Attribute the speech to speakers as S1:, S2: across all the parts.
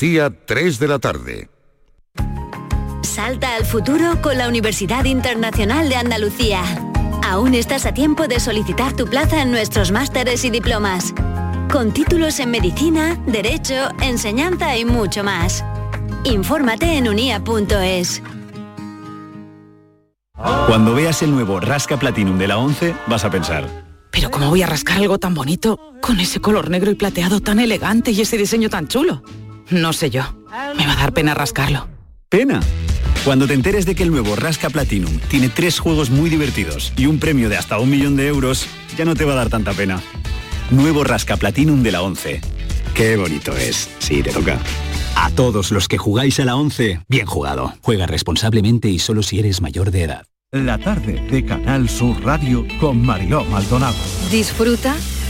S1: Andalucía, 3 de la tarde.
S2: Salta al futuro con la Universidad Internacional de Andalucía. Aún estás a tiempo de solicitar tu plaza en nuestros másteres y diplomas. Con títulos en medicina, derecho, enseñanza y mucho más. Infórmate en unia.es.
S3: Cuando veas el nuevo Rasca Platinum de la 11, vas a pensar,
S4: Pero ¿cómo voy a rascar algo tan bonito con ese color negro y plateado tan elegante y ese diseño tan chulo? No sé yo. Me va a dar pena rascarlo.
S3: pena. Cuando te enteres de que el nuevo Rasca Platinum tiene tres juegos muy divertidos y un premio de hasta un millón de euros, ya no te va a dar tanta pena. Nuevo Rasca Platinum de la 11. Qué bonito es. Sí, te toca. A todos los que jugáis a la 11, bien jugado. Juega responsablemente y solo si eres mayor de edad.
S5: La tarde de Canal Sur Radio con Mariló Maldonado.
S6: Disfruta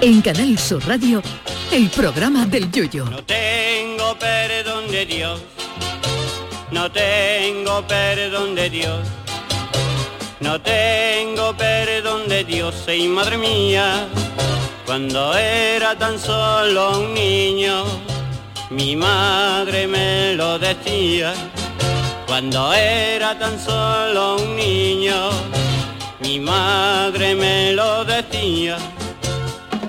S7: En Canal Sur Radio, el programa del Yoyo.
S8: tengo perdón de Dios, no tengo perdón de Dios, no tengo perdón de Dios, y madre mía, cuando era tan solo un niño, mi madre me lo decía, cuando era tan solo un niño, mi madre me lo decía,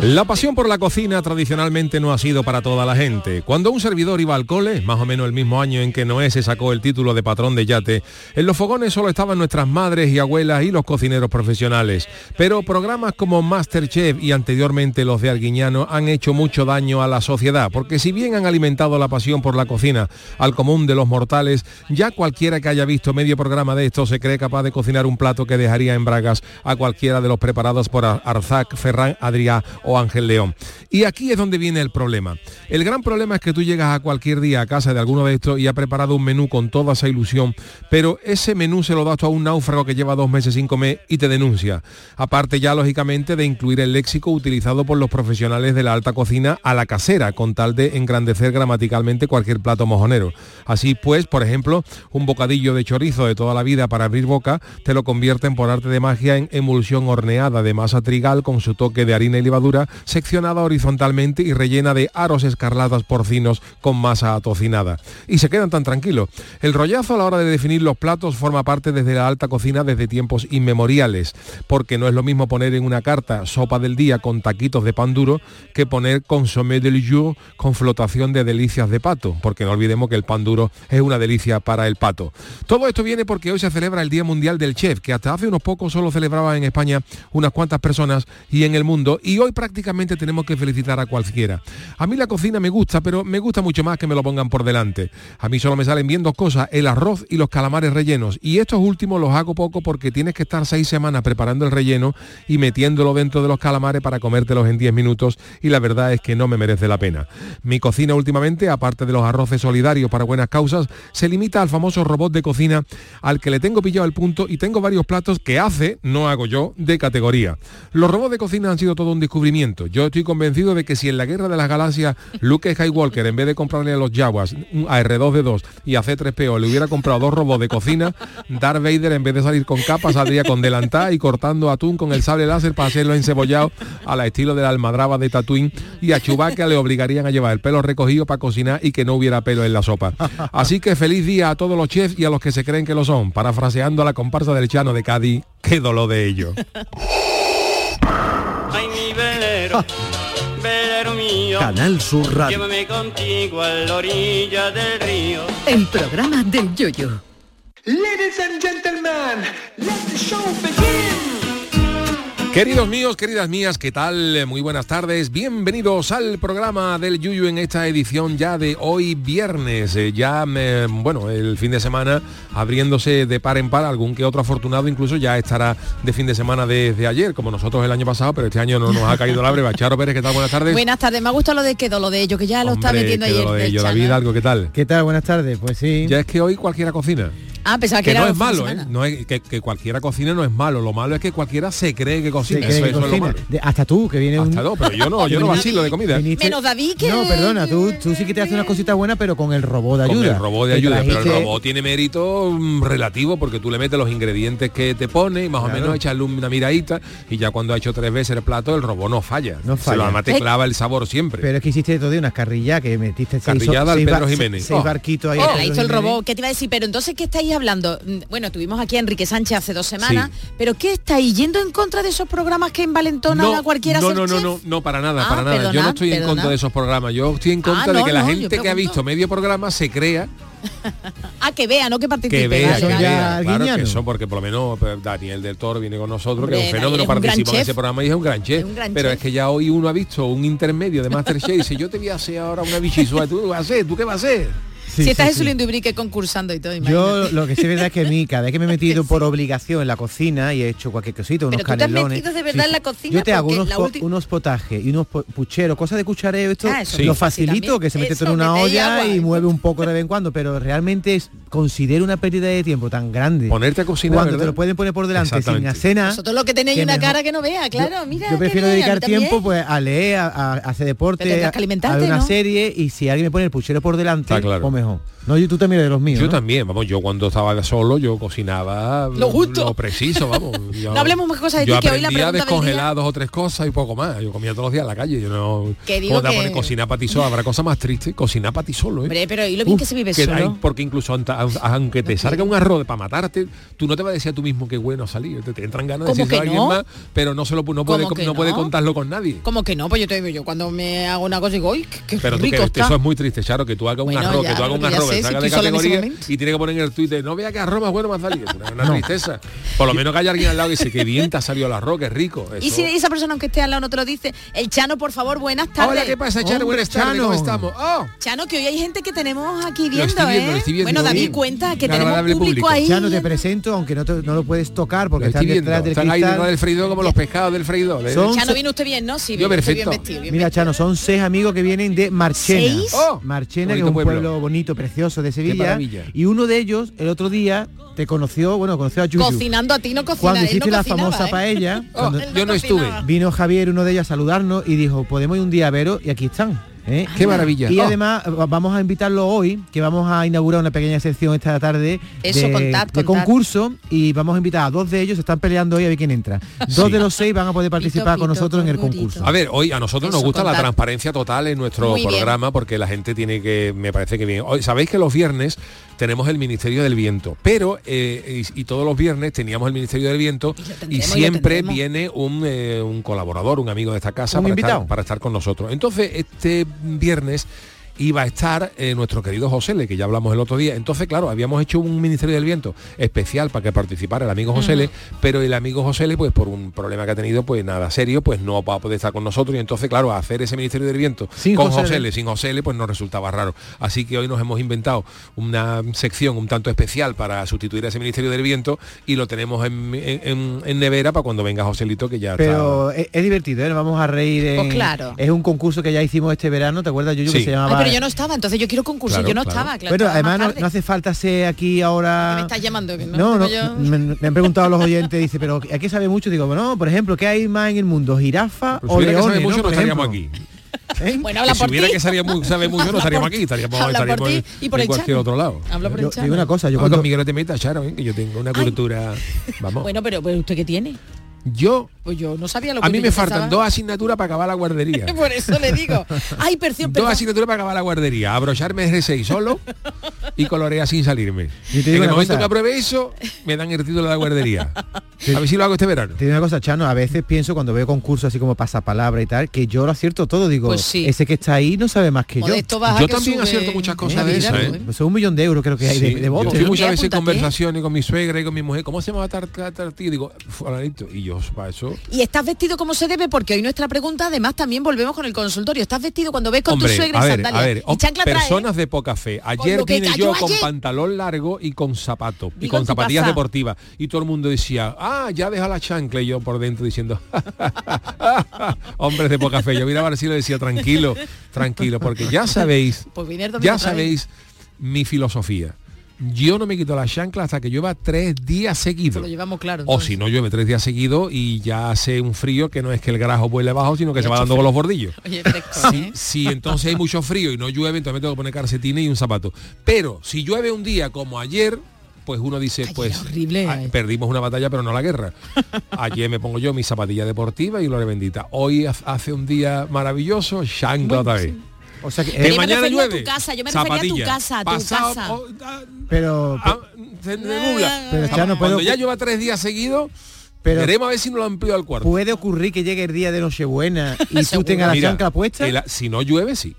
S9: La pasión por la cocina tradicionalmente no ha sido para toda la gente. Cuando un servidor iba al cole, más o menos el mismo año en que Noé se sacó el título de patrón de yate, en los fogones solo estaban nuestras madres y abuelas y los cocineros profesionales. Pero programas como Masterchef y anteriormente los de Arguiñano han hecho mucho daño a la sociedad, porque si bien han alimentado la pasión por la cocina al común de los mortales, ya cualquiera que haya visto medio programa de esto se cree capaz de cocinar un plato que dejaría en bragas a cualquiera de los preparados por Ar- Arzac, Ferran, Adrià o Ángel León. Y aquí es donde viene el problema. El gran problema es que tú llegas a cualquier día a casa de alguno de estos y ha preparado un menú con toda esa ilusión, pero ese menú se lo das tú a un náufrago que lleva dos meses sin comer y te denuncia. Aparte ya, lógicamente, de incluir el léxico utilizado por los profesionales de la alta cocina a la casera, con tal de engrandecer gramaticalmente cualquier plato mojonero. Así pues, por ejemplo, un bocadillo de chorizo de toda la vida para abrir boca, te lo convierten por arte de magia en emulsión horneada de masa trigal con su toque de harina y levadura, seccionada horizontalmente y rellena de aros escarlatas porcinos con masa atocinada. Y se quedan tan tranquilos. El rollazo a la hora de definir los platos forma parte desde la alta cocina desde tiempos inmemoriales, porque no es lo mismo poner en una carta sopa del día con taquitos de pan duro que poner consomé del jour con flotación de delicias de pato, porque no olvidemos que el pan duro es una delicia para el pato. Todo esto viene porque hoy se celebra el Día Mundial del Chef, que hasta hace unos pocos solo celebraba en España unas cuantas personas y en el mundo, y hoy prácticamente tenemos que felicitar a cualquiera. A mí la cocina me gusta, pero me gusta mucho más que me lo pongan por delante. A mí solo me salen bien dos cosas, el arroz y los calamares rellenos, y estos últimos los hago poco porque tienes que estar seis semanas preparando el relleno y metiéndolo dentro de los calamares para comértelos en 10 minutos, y la verdad es que no me merece la pena. Mi cocina últimamente, aparte de los arroces solidarios para buenas causas, se limita al famoso robot de cocina al que le tengo pillado el punto y tengo varios platos que hace, no hago yo, de categoría. Los robots de cocina han sido todo un descubrimiento. Yo estoy convencido de que si en la guerra de las galaxias Luke Skywalker, en vez de comprarle a los Jaguars un- a R2D2 y a C3PO, le hubiera comprado dos robots de cocina, Darth Vader, en vez de salir con capa, saldría con delantal y cortando atún con el sable láser para hacerlo encebollado a la estilo de la almadraba de Tatooine y a Chewbacca le obligarían a llevar el pelo recogido para cocinar y que no hubiera pelo en la sopa. Así que feliz día a todos los chefs y a los que se creen que lo son. Parafraseando a la comparsa del Chano de Cádiz, qué dolor de ello.
S8: Ay, mi velero, velero mío.
S9: Canal Sur Radio.
S8: Llévame contigo a la orilla del río.
S7: El programa del Yoyo.
S10: Ladies and gentlemen, let the show begin.
S9: Queridos míos, queridas mías, ¿qué tal? Muy buenas tardes. Bienvenidos al programa del Yuyu en esta edición ya de hoy viernes. Eh, ya, eh, bueno, el fin de semana abriéndose de par en par. Algún que otro afortunado incluso ya estará de fin de semana desde ayer, como nosotros el año pasado, pero este año no nos ha caído la breva. Charo Pérez, ¿qué tal? Buenas tardes.
S10: Buenas tardes, me ha gustado lo de Quedo, lo de ello, que ya lo está
S9: Hombre,
S10: metiendo
S9: quedó
S10: ayer. ¿eh?
S9: lo de
S10: del
S9: ello.
S10: Chano.
S9: David, algo, ¿qué tal?
S11: ¿Qué tal? Buenas tardes. Pues sí.
S9: Ya es que hoy cualquiera cocina.
S10: Ah, pensaba que,
S9: Que
S10: era
S9: no
S10: el
S9: es
S10: fin de
S9: malo, ¿eh?
S10: semana.
S9: No es, que, que cualquiera cocina no es malo. Lo malo es que cualquiera se cree que
S11: Se
S9: cocina.
S11: cree
S9: eso,
S11: que
S9: eso es lo
S11: cocina.
S9: malo.
S11: De- hasta tú, que viene un...
S9: Hasta dos, pero yo no, yo no vacilo de comida.
S11: Viniste-
S10: Menos David que...
S11: No, perdona, tú, tú sí que te haces unas cositas buenas, pero con el robot de ayuda.
S9: Con el robot de
S11: Que
S9: ayuda, pero el
S11: trajiste-
S9: robot tiene mérito mm, relativo porque tú le metes los ingredientes que te pone y más o
S11: Claro.
S9: menos echarle una miradita y ya cuando ha hecho tres veces el plato el robot no falla.
S11: No
S9: Se lo
S11: falla.
S10: Eh.
S9: ama, te clava el sabor siempre.
S11: Pero es que hiciste todo de unas carrillas que metiste seis,
S9: Carrillada al
S11: seis
S9: Pedro Jiménez.
S11: seis
S9: Oh.
S11: barquitos ahí.
S10: Oh,
S11: al
S10: la
S11: Pedro
S10: hizo el
S11: Jiménez.
S10: robot. ¿Qué te iba a decir? Pero entonces, ¿qué estáis hablando? Mm, Bueno, tuvimos aquí a Enrique Sánchez hace dos semanas, pero ¿qué estáis yendo en contra de esos programas que envalentonan a cualquiera? a
S9: no,
S10: ser
S9: no, no,
S10: chef?
S9: no, no, para nada,
S10: Ah,
S9: para nada. yo no
S10: perdonad,
S9: estoy en
S10: perdonad.
S9: contra de esos programas. Yo estoy en contra
S10: Ah,
S9: de
S10: no,
S9: que la
S10: no, yo
S9: gente que ha
S10: pregunto.
S9: visto medio programa se crea
S10: Ah, que vea, no que participe.
S9: que vea,
S10: Vale,
S9: que
S11: son
S10: vale.
S11: ya
S9: vea. Claro que
S11: guiñanos.
S9: eso, porque por lo menos eh, Daniel del Toro viene con nosotros, que
S10: Hombre,
S9: es un
S10: Daniel
S9: fenómeno,
S10: es un gran
S9: participó en
S10: chef.
S9: ese programa y es un gran chef.
S10: Es un gran
S9: pero
S10: chef.
S9: es que ya hoy uno ha visto un intermedio de Masterchef y dice, yo te voy a hacer ahora una bichisua, tú qué vas a hacer, tú qué vas a hacer.
S11: Sí,
S10: si
S11: sí,
S10: estás en
S11: sí.
S10: Sulindo Ibrique concursando y todo,
S11: Yo
S10: imagínate.
S11: lo que sí es verdad es que a mí, cada vez que me he metido por obligación en la cocina y he hecho cualquier cosita, unos
S10: Pero tú te has
S11: canelones.
S10: metido de verdad en la cocina
S11: Yo te hago
S10: porque
S11: unos,
S10: la
S11: po-
S10: ulti-
S11: unos potajes y unos po- pucheros, cosas de cuchareo, esto
S10: Ah, eso
S11: lo
S9: sí,
S11: facilito,
S10: también.
S11: que se mete todo en
S10: Eso,
S11: una
S10: que te dé
S11: olla
S10: agua.
S11: y mueve un poco de vez en cuando, pero realmente es, considero una pérdida de tiempo tan grande.
S9: Ponerte a cocinar,
S11: Cuando
S9: ¿verdad?
S11: te lo pueden poner por delante sin
S9: Exactamente.
S11: hacer nada.
S10: Vosotros lo que tenéis
S11: que
S10: una
S11: mejor.
S10: cara que no vea, claro,
S11: yo,
S10: mira.
S11: yo
S10: qué
S11: prefiero
S10: bien, a mí
S11: dedicar
S10: también.
S11: tiempo pues a leer, a, a- a hacer
S10: Pero
S11: deporte,
S10: tendrás
S11: a,
S10: que alimentarte,
S11: ver una
S10: ¿no?
S11: serie y si alguien me pone el puchero por delante,
S9: Está claro.
S11: o mejor. No, yo tú también eres de los míos.
S9: Yo
S11: ¿no?
S9: también, vamos, yo cuando estaba solo, yo cocinaba
S10: Lo justo.
S9: preciso, vamos. Yo-
S10: No hablemos más cosas de
S9: yo
S10: ti, que hoy la
S9: aprendí a
S10: pregunta del
S9: descongelar dos o tres cosas y poco más. Yo comía todos los días en la calle, yo no...
S10: Que digo
S9: ¿Cómo te
S10: que-
S9: pones cocinar para ti solo? Habrá cosa más triste, cocinar para ti solo, ¿eh?
S10: Hombre, pero ¿y lo bien que
S9: Uf,
S10: se vive
S9: que
S10: solo?
S9: hay- porque incluso anta- aun- aunque te salga un arroz para matarte, tú no te vas a decir a tú mismo qué bueno ha salido. Te, te entran ganas de
S10: ¿Cómo
S9: decirlo a
S10: que
S9: alguien
S10: no?
S9: más, pero no se lo pu- no puede,
S10: ¿Cómo que
S9: no puede
S10: no?
S9: contarlo con nadie.
S10: Como que no, pues yo te digo yo, cuando me hago una cosa digo, ¡ay, qué, qué
S9: Pero tú
S10: rico
S9: que
S10: está!
S9: eso es muy triste, Charo, que tú hagas un
S10: Bueno,
S9: arroz, que
S10: ya,
S9: tú hagas un
S10: ya
S9: arroz,
S10: sé,
S9: que
S10: si
S9: salga de
S10: estoy sola en ese
S9: categoría
S10: momento.
S9: y tiene que poner en el Twitter, no vea que arroz más bueno me ha salido. Una, una
S11: No.
S9: tristeza. Por lo menos que haya alguien al lado que dice, qué bien te ha salido el arroz, qué rico.
S10: Y
S9: Eso-
S10: si esa persona aunque esté al lado no te lo dice, el Chano, por favor, buenas tardes.
S9: Hola, ¿qué pasa, Charo?
S11: Hombre,
S9: Buenas tardes,
S11: Chano.
S9: ¿cómo estamos? ¡Oh!
S10: Chano, que hoy hay gente que tenemos aquí
S9: Lo
S10: viendo,
S9: estoy viendo,
S10: ¿eh?
S9: lo estoy viendo,
S10: bueno,
S9: lo
S10: David,
S9: viendo.
S10: cuenta que
S9: Un
S10: tenemos
S9: agradable
S10: público,
S9: público.
S10: ahí.
S11: Ya no te
S10: viendo.
S11: presento, aunque no, te- no lo puedes tocar porque
S9: Lo
S11: está
S9: estoy viendo.
S11: detrás del
S9: Están ahí detrás
S11: cristal.
S9: del freidor como los pescados del freidor. ¿eh?
S11: Son-
S10: Chano, vino usted bien, ¿no? Sí,
S9: Yo
S10: vino usted bien
S9: perfecto.
S10: vestido. bien
S11: Mira,
S10: vestido.
S11: Chano, son seis amigos que vienen de Marchena.
S10: ¿Seis?
S9: ¡Oh!
S11: Marchena, que es
S9: Bonito
S11: un
S9: pueblo.
S11: pueblo. bonito, precioso de Sevilla.
S9: maravilla.
S11: Y uno de ellos, el otro día, te conoció, bueno, conoció a Yuyu.
S10: Cocinando a ti no cocina,
S11: Cuando
S10: él
S11: hiciste
S10: no
S11: la
S10: cocinaba,
S11: famosa
S10: ¿eh?
S11: paella,
S9: Oh,
S11: cuando
S10: Él
S9: yo no estuve.
S10: cocinaba.
S11: vino Javier, uno de ellos, a saludarnos y dijo, podemos ir un día a veros y aquí están. ¿eh?
S9: ¡Qué maravilla!
S11: Y
S9: Oh.
S11: además va- vamos a invitarlo hoy, que vamos a inaugurar una pequeña sección esta tarde
S10: Eso,
S11: de,
S10: contad,
S11: de
S10: contad.
S11: concurso y vamos a invitar a dos de ellos, se están peleando hoy a ver quién entra. Dos
S9: Sí.
S11: de los seis van a poder participar con
S10: pito,
S11: nosotros en el
S10: bonito.
S11: concurso.
S9: A ver, hoy a nosotros nos
S10: Eso,
S9: gusta la
S10: contar.
S9: transparencia total en nuestro
S10: Muy bien.
S9: programa porque la gente tiene que, me parece que bien. Hoy, Sabéis que los viernes tenemos el Ministerio del Viento, pero, eh, y, y todos los viernes teníamos el Ministerio del Viento
S10: Y lo
S9: y,
S10: tendremos, y lo
S9: siempre
S10: tendremos.
S9: viene un, eh, un colaborador, un amigo de esta casa
S11: Un
S9: para estar,
S11: invitado.
S9: para estar con nosotros. Entonces, este viernes iba a estar eh, nuestro querido José Le, que ya hablamos el otro día. Entonces, claro, habíamos hecho un Ministerio del Viento especial para que participara el amigo José Le, pero el amigo José Le, pues por un problema que ha tenido, pues nada serio, pues no va a poder estar con nosotros. Y entonces, claro, hacer ese Ministerio del Viento
S11: Sin
S9: con
S11: José
S9: José
S11: Le.
S9: Le, sin José Le, pues nos resultaba raro. Así que hoy nos hemos inventado una sección un tanto especial para sustituir a ese Ministerio del Viento y lo tenemos en, en- en- en nevera para cuando venga Joselito, que ya está...
S11: Pero es, es divertido, ¿eh? Nos vamos a reír.
S10: Pues
S11: en-
S10: claro.
S11: Es un concurso que ya hicimos este verano, ¿te acuerdas, Yuyu?
S9: Sí.
S11: Que se
S10: Ay,
S11: llamaba...
S10: pero yo no estaba, entonces yo quiero concurso,
S9: Claro,
S10: yo no
S9: claro.
S10: estaba, claro.
S11: bueno,
S10: estaba
S11: además
S10: más
S11: no,
S10: tarde.
S11: no hace falta ser aquí ahora...
S10: Me estás llamando, que no
S11: No, no,
S10: tengo yo-
S11: me, me han preguntado los oyentes, dice, pero aquí sabe mucho, digo, bueno, por ejemplo, ¿qué hay más en el mundo? ¿Jirafa
S9: Pero Pues si
S11: o
S9: hubiera que
S11: leones?
S9: saber mucho, no
S11: Por
S9: estaríamos aquí.
S11: ejemplo. ¿Eh?
S10: Bueno,
S9: Que
S10: habla
S9: si
S10: por ti.
S9: hubiera que sabía mu- saber mucho, no estaríamos aquí, estaríamos,
S10: Habla por
S9: estaríamos en,
S10: ti y por
S9: en
S10: el
S9: cualquier
S10: Chano.
S9: otro lado.
S10: Habla por
S11: Yo,
S10: el
S11: te
S10: chat.
S11: digo una cosa,
S9: Yo
S11: yo cuando,
S9: conmigo no te metas, Charo, ¿eh? que yo tengo una cultura... Vamos.
S10: Bueno, pero pero ¿usted qué tiene?
S9: yo,
S10: Pues yo no sabía lo que
S9: a mí
S10: yo
S9: me faltan
S10: pensaba.
S9: dos asignaturas para acabar la guardería.
S10: Por eso le digo. Ay, perción,
S9: Dos
S10: perdón.
S9: asignaturas para acabar la guardería. Abrocharme R6 solo y colorear sin salirme.
S11: Yo te digo
S9: en el
S11: una
S9: momento
S11: cosa.
S9: que apruebe eso, me dan el título de la guardería. A ver si lo hago este verano.
S11: Tiene una cosa, Chano, a veces pienso cuando veo concursos así como pasapalabra y tal, que yo lo acierto todo, digo,
S10: Pues sí.
S11: ese que está ahí no sabe más que yo.
S10: Modesto Baja,
S9: Yo
S10: que
S9: también
S10: sube
S9: acierto muchas cosas
S10: la
S9: de
S10: vida,
S9: esas,
S10: ¿no?
S9: ¿eh?
S11: Pues un millón de euros creo que hay
S9: Sí,
S11: de, de
S9: yo
S11: votos.
S9: estoy muchas veces en
S10: apúntate.
S9: conversaciones con mi suegra y con mi mujer, ¿cómo se llama tal, tal, tal tío? Y Digo, fulanito. Y yo, para eso...
S10: Y estás vestido como se debe, porque hoy nuestra pregunta, además también volvemos con el consultorio. Estás vestido cuando ves con
S9: Hombre,
S10: tu suegra
S9: a
S10: y
S9: ver, a
S10: sandalias.
S9: ver,
S10: y chancla trae. ¿eh?
S9: personas de poca fe. Ayer
S10: lo que
S9: vine
S10: cayó
S9: yo con
S10: ayer.
S9: pantalón largo y con zapato, y
S10: Digo, en
S9: con
S10: tu
S9: zapatillas
S10: casa.
S9: deportivas. Y todo el mundo decía, ah, ya deja la chancla. Y yo por dentro diciendo, hombres de poca fe. Yo miraba al cielo y decía, tranquilo, tranquilo, porque ya sabéis,
S10: Pues vine el domingo
S9: ya
S10: otra vez.
S9: sabéis mi filosofía. Yo no me quito la chancla hasta que llueva tres días seguidos.
S10: Pues Lo llevamos claro.
S9: O
S10: entonces.
S9: si no llueve tres días seguidos y ya hace un frío que no es que el grajo vuele abajo, sino que se va dando con los bordillos.
S10: Oye, fresco,
S9: Si,
S10: ¿eh?
S9: si entonces hay mucho frío y no llueve, entonces me tengo que poner calcetines y un zapato. Pero si llueve un día como ayer, pues uno dice,
S10: Ay,
S9: pues
S10: era horrible.
S9: ah, perdimos una batalla pero no la guerra. Ayer me pongo yo mi zapatilla deportiva y gloria bendita. Hoy ha- hace un día maravilloso, chancla otra vez.
S11: O sea que,
S9: Que
S11: eh,
S10: yo me
S9: mañana
S10: refería a tu
S9: llueve.
S10: casa, yo me refería a tu
S9: zapatilla.
S10: casa, a tu
S9: Pasado-
S10: casa.
S9: oh, ah,
S11: pero,
S9: ah, se nubla.
S11: Pero, Chano,
S9: Cuando
S11: pero-
S9: ya lleva tres días seguidos,
S11: Pero-
S9: veremos a ver si no lo amplio al cuarto.
S11: puede ocurrir que llegue el día de Nochebuena y tú
S10: Seguro.
S11: tengas la
S9: Mira,
S11: chancla puesta. Mm.
S9: el a- si no llueve, sí.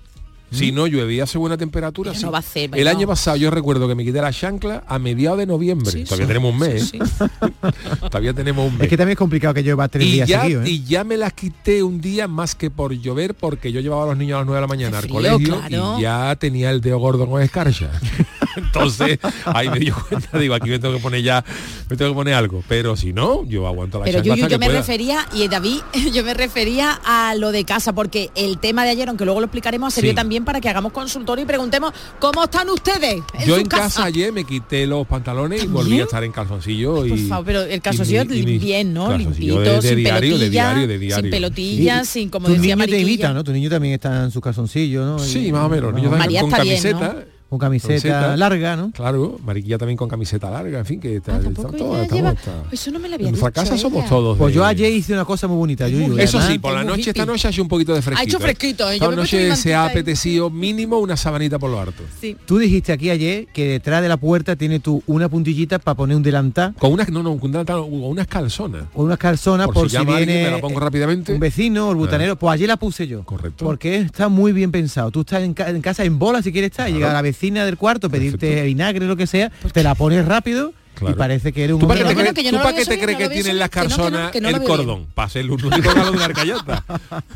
S9: Si no llueve y hace buena temperatura,
S10: Pero
S9: sí.
S10: no va a hacer,
S9: el
S10: no.
S9: año pasado yo recuerdo que me quité la chancla a mediados de noviembre. Todavía tenemos un mes.
S10: Sí,
S9: ¿eh? Todavía tenemos un mes.
S11: Es que también es complicado que llueva tres
S9: y,
S11: días
S9: ya,
S11: seguidos. ¿eh?
S9: y ya me las quité un día más que por llover porque yo llevaba a los niños a las 9 de la mañana al
S10: Hace frío,
S9: colegio
S10: claro.
S9: y ya tenía el dedo gordo con escarcha. Entonces ahí me dio cuenta, digo, aquí me tengo que poner ya, me tengo que poner algo. Pero si no, yo aguanto la
S10: Pero
S9: chancla
S10: Yuyu, yo,
S9: hasta que
S10: me
S9: pueda.
S10: refería, y eh, David, yo me refería a lo de casa, porque el tema de ayer, aunque luego lo explicaremos, sirvió
S9: Sí.
S10: también para que hagamos consultorio y preguntemos cómo están ustedes en
S9: Yo
S10: su
S9: en casa? ayer me quité los pantalones y volví a estar en calzoncillo. Y,
S10: Por favor, pero el
S9: calzoncillo
S10: calzoncillo bien, ¿no? Limpito,
S9: Limpito, de,
S10: sin
S9: diario, de
S10: pelotilla,
S9: diario, de diario.
S10: sin pelotilla,
S11: Y-
S10: sin como
S11: tu
S10: decía
S11: niño te
S10: Mariquilla.
S11: imita, ¿no? Tu niño también está en sus calzoncillos, ¿no?
S9: Sí,
S11: Y-
S9: más o menos. Los niños
S11: Vamos,
S10: María
S9: también con
S10: está bien,
S9: camiseta.
S11: Con camiseta,
S9: Camiseta.
S11: larga, ¿no?
S9: Claro, Mariquilla también con camiseta larga, en fin, que está,
S10: Ah,
S9: está
S10: tampoco
S9: todo,
S10: ella
S9: estamos-
S10: lleva-
S9: está-
S10: Eso no me lo había
S9: En nuestra
S10: dicho,
S9: casa
S10: ella.
S9: somos todos.
S11: Pues
S9: de-
S11: yo ayer hice una cosa muy bonita, yo digo, y
S9: Eso
S11: además-
S9: sí, por la
S10: es muy
S9: noche, esta
S10: hippie.
S9: noche ha hecho un poquito de fresquito.
S10: hecho fresquito, ¿eh? Yo
S9: Esta
S10: me he puesto mi
S9: noche se ha
S10: mantita ahí.
S9: apetecido mínimo una sabanita por lo harto.
S10: Sí.
S11: Tú dijiste aquí ayer que detrás de la puerta tiene tú una puntillita para poner un delantal
S9: Con unas, no, no, con una- con unas calzonas.
S11: o unas calzonas por,
S9: Por si llama alguien,
S11: viene
S9: me la pongo rápidamente. Ah.
S11: un vecino o el butanero. Pues ayer la puse yo.
S9: Correcto.
S11: Porque está muy bien pensado. Tú estás en, ca- en casa en bola si quieres estar, llega a la vecina del cuarto, pedirte
S9: Perfecto.
S11: vinagre, lo que sea,
S10: Pues
S11: te la pones rápido
S9: Claro.
S11: y parece que eres un
S9: ¿Tú para
S11: hombre
S9: qué
S10: Pero
S9: te,
S10: bueno,
S9: crees
S11: grande.
S10: que
S9: que,
S10: yo no lo veo
S9: te
S10: subir,
S9: crees
S10: no
S9: que
S10: lo veo
S9: tienen
S10: subir,
S9: las
S10: que no, que no,
S9: calzonas
S10: que no lo
S9: el
S10: veo bien.
S9: cordón? Para ser el único regalo de una arcayata.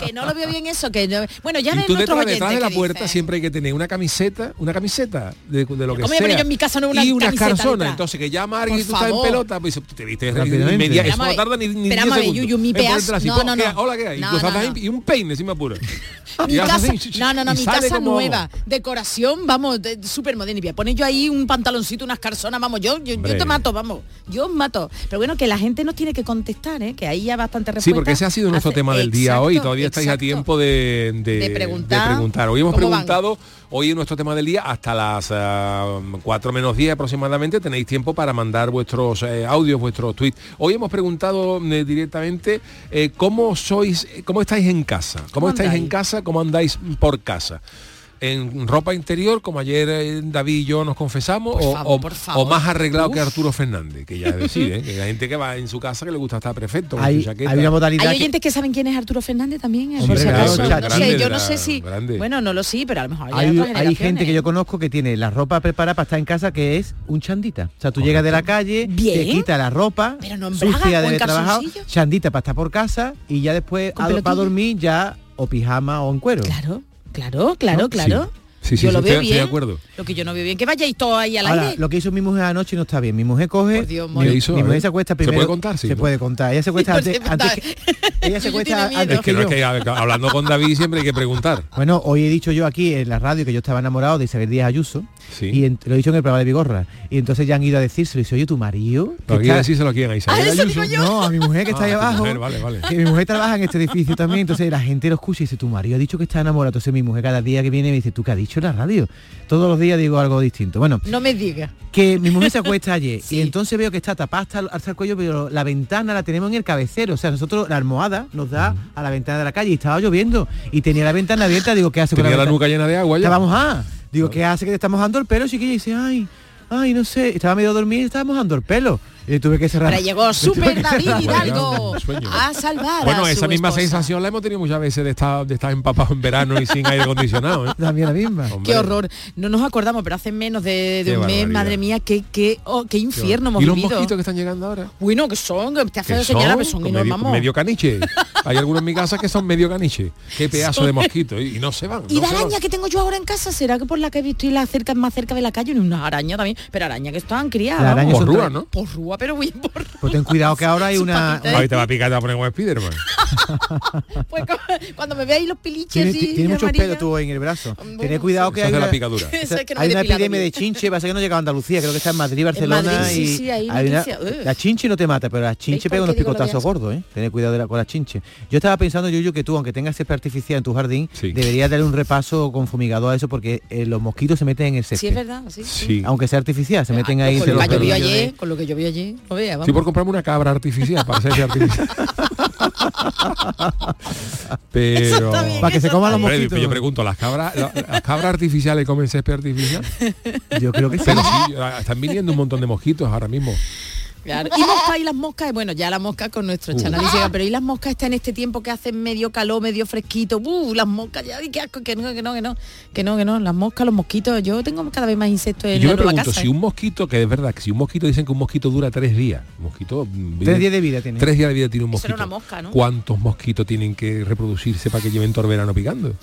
S10: Que no lo veo bien eso, que no- bueno, ya
S9: y
S10: ven
S9: tú
S10: nuestros
S9: detrás,
S10: oyentes
S9: detrás de la
S10: qué
S9: puerta
S10: dicen.
S9: siempre hay que tener una camiseta, una camiseta de, de lo que
S10: ¿Cómo voy a
S9: sea.
S10: poner yo en mi casa no una
S9: y unas
S10: camiseta
S9: calzonas.
S10: detrás?
S9: Entonces que llama a
S10: Por
S9: alguien y tú estás en
S10: favor.
S9: pelota, pues dice, te viste
S11: Rápidamente.
S9: en media, eso
S10: Vamos a ver,
S9: no tarda ni, ni 10
S10: esperamos a ver,
S9: segundos.
S10: Yuyu, mi
S9: En ponerte
S10: pedazo-
S9: así,
S10: no,
S9: pon-
S10: no,
S9: ¿qué-
S10: no.
S9: Hola, ¿qué hay? Y
S10: No,
S9: tú
S10: no,
S9: estás ahí,
S10: no.
S9: Y un peine, si me apuro.
S10: Mi
S9: Y haces
S10: casa-
S9: así,
S10: no, no, no,
S9: y
S10: mi
S9: sale
S10: casa
S9: como-
S10: nueva, decoración, vamos, de- súper moderna. Y voy a poner yo ahí un pantaloncito, unas calzonas, vamos, yo, yo, yo
S9: Hombre.
S10: te mato, vamos, yo os mato. Pero bueno, que la gente nos tiene que contestar, ¿eh? que ahí ya bastante respuesta.
S9: Sí, porque ese ha sido nuestro
S10: Hace-
S9: tema del día
S10: Exacto,
S9: hoy. Todavía estáis a
S10: exacto.
S9: tiempo de, de-
S10: De preguntar.
S9: de preguntar. Hoy hemos
S10: ¿Cómo van?
S9: preguntado, hoy en nuestro tema del día, hasta las ah, 4 menos 10 aproximadamente, tenéis tiempo para mandar vuestros eh, audios, vuestros tweets. Hoy hemos preguntado eh, directamente eh, cómo sois, cómo estáis en casa, cómo,
S10: ¿Cómo
S9: estáis
S10: andáis?
S9: en casa, cómo andáis por casa. En ropa interior, como ayer eh, David y yo nos confesamos,
S10: Por
S9: o,
S10: favor,
S9: o-
S10: por
S9: o
S10: favor.
S9: más arreglado que
S10: Uf.
S9: Arturo Fernández, que ya es decir, ¿eh? que la gente que va en su casa que le gusta estar perfecto, con su
S11: Hay,
S9: chaqueta.
S11: hay una modalidad
S10: Hay
S11: que-
S10: oyentes que saben quién es Arturo Fernández también, eh,
S11: Hombre,
S10: por si
S11: claro,
S10: acaso.
S11: claro,
S10: No sé,
S11: grande
S10: yo
S9: de
S10: no
S9: la-
S10: sé si.
S9: grande.
S10: Bueno, no lo sé, pero a lo mejor
S11: hay,
S10: otras
S11: hay gente que
S10: generaciones.
S11: yo conozco que tiene la ropa preparada para estar en casa que es un chandita. O sea, tú llegas de la calle, te
S10: Bien.
S11: quita la ropa,
S10: Pero no en
S11: sucia
S10: braga, o
S11: de
S10: en
S11: trabajado,
S10: calzoncillo.
S11: chandita para estar por casa y ya después
S10: Con
S11: a, para
S10: pelotilla.
S11: dormir ya o pijama o en cuero.
S10: Claro, claro, claro,
S9: ¿No?
S10: claro.
S9: Sí. Sí, sí,
S10: yo
S9: sí,
S10: lo
S9: estoy-
S10: veo
S9: estoy
S10: bien.
S9: de acuerdo.
S10: Lo que yo no veo bien, que vayáis todos ahí al
S11: Ahora,
S10: aire.
S11: lo que hizo mi mujer anoche no está bien. Mi mujer coge.
S10: Por Dios,
S11: mi-
S10: madre.
S11: mi,
S9: hizo? A
S11: mujer
S9: ver.
S11: se acuesta
S9: ¿Se
S11: primero.
S9: puede contar? Sí,
S11: se
S9: ¿no?
S11: puede contar. Ella se acuesta
S10: Pues
S11: antes,
S10: se
S11: antes
S10: puede.
S11: que, ella se
S10: Yuyu
S11: acuesta
S10: tiene miedo.
S11: antes
S9: Es que no es
S11: yo.
S9: que a ver, hablando con David siempre hay que preguntar.
S11: Bueno, hoy he dicho yo aquí en la radio que yo estaba enamorado de Isabel Díaz Ayuso
S9: Sí.
S11: y en- lo he dicho en el programa de Bigorra. Y entonces ya han ido a decírselo y dice, oye, tu marido. que
S9: Pero aquí
S11: está-
S9: decírselo aquí en Isabel
S10: Ah, eso digo
S9: Ayuso.
S10: yo.
S11: No, a mi mujer que está
S9: Ah,
S11: ahí
S9: a tu
S11: abajo.
S9: mujer, vale, vale.
S11: Que mi mujer trabaja en este edificio también. Entonces la gente lo escucha y dice, tu marido ha dicho que está enamorado. Entonces mi mujer cada día que viene me dice, ¿tú qué has dicho en la radio? Todos los días digo algo distinto. Bueno,
S10: No me digas.
S11: que mi mujer se acuesta ayer
S10: Sí.
S11: y entonces veo que está tapada hasta, el- hasta el cuello, pero la ventana la tenemos en el cabecero. O sea, nosotros la almohada nos da a la ventana de la calle y estaba lloviendo y tenía la ventana abierta. Digo, ¿qué hace con
S9: Tenía la
S11: ventana? ah,
S9: nuca llena de agua ya.
S11: Te vamos a. Digo, ¿qué hace que te está mojando el pelo? Chiquilla y dice, ay, ay, no sé, estaba medio dormido y estaba mojando el pelo. Y tuve que cerrar.
S10: Pero llegó
S11: Me tuve
S10: Super
S11: que
S10: David
S11: cerrar.
S10: Hidalgo a salvar
S9: Bueno,
S10: a
S9: esa
S10: su
S9: misma
S10: esposa.
S9: sensación la hemos tenido muchas veces de estar, de estar empapado en verano y sin aire acondicionado. ¿eh?
S11: También la misma.
S10: Qué horror. No nos acordamos, pero hace menos de, de
S9: Qué
S10: un mes,
S9: barbaridad.
S10: madre mía, qué, qué, oh, qué infierno hemos
S9: ¿Y los
S10: vivido.
S9: mosquitos que están llegando ahora?
S10: Bueno, que son, que te hace
S9: Que
S10: de señalar, pero son
S9: con medio,
S10: enormes.
S9: con medio caniche. Hay algunos en mi casa que son medio caniche. Qué pedazo
S10: Son-
S9: de mosquito. Y, y no se van.
S10: Y
S9: no
S10: la
S9: se van.
S10: araña que tengo yo ahora en casa, ¿será que por la que he visto y la cerca más cerca de la calle? Una araña también, pero araña que estaban criadas.
S11: Las
S10: vamos.
S11: arañas son Porrúa, tra- ¿no?
S10: Porrúa, pero bien por
S11: Pues ten cuidado que ahora hay una...
S10: patitas. Ahí te va
S9: a picar, te va a poner un Spiderman.
S10: Pues Cuando me veáis los piliches
S11: Tiene,
S10: así
S11: tiene muchos
S10: amarillos.
S11: pelos tú en el brazo. Tened cuidado que
S9: Eso
S11: hay
S9: es de la
S11: una,
S9: picadura.
S10: Eso es que no me
S11: hay
S10: he
S11: una
S10: depilado
S11: epidemia
S10: yo.
S11: de chinche, pasa que no llega a Andalucía, creo que está en Madrid, Barcelona
S10: Madrid, sí,
S11: y
S10: sí, hay
S11: una-
S10: noticia, ugh.
S11: la chinche no te mata, pero la chinche
S10: por
S11: pega
S10: qué
S11: unos
S10: digo lo de
S11: picotazos
S10: asco?
S11: gordos, ¿eh? Tened cuidado de la- con la chinche. Yo estaba pensando, Yuyu, que tú, aunque tengas césped artificial en tu jardín, deberías darle un repaso con fumigador a eso porque eh, los mosquitos se meten en el césped.
S10: Sí, es verdad, Ah, pues sí.
S11: Aunque sea artificial, se meten ahí.
S10: Con
S11: se
S10: lo que
S11: los
S10: llovió
S11: pelos.
S10: ayer, con lo que llovió ayer, no veas, vamos.
S9: Estoy por comprarme una cabra artificial para ser artificial. Pero
S11: está bien, Para que se eso coman está los
S9: Hombre,
S11: mosquitos.
S9: Yo pregunto, las cabras, la- las cabras artificiales comen césped artificial.
S11: Yo creo que sí.
S9: Pero sí, ah, están viniendo un montón de mosquitos ahora mismo.
S10: Claro. Y mosca y las moscas, eh, bueno, ya la mosca con nuestro
S9: Uh.
S10: chanal y llega, pero y las moscas está en este tiempo que hacen medio calor, medio fresquito, uh, las moscas, ya, ay, qué asco, que no, que no, que no, que no, que no, las moscas, los mosquitos, yo tengo cada vez más insectos
S9: Y
S10: en
S9: yo
S10: la
S9: me
S10: nueva
S9: pregunto
S10: casa.
S9: si
S10: ¿eh?
S9: un mosquito, que es verdad que si un mosquito dicen que un mosquito dura tres días, un mosquito mm, vive-
S11: Tres días de vida tiene.
S9: tres días de vida tiene un
S10: Eso
S9: mosquito.
S10: era una mosca, ¿no?
S9: ¿Cuántos mosquitos tienen que reproducirse para que lleven todo el verano picando?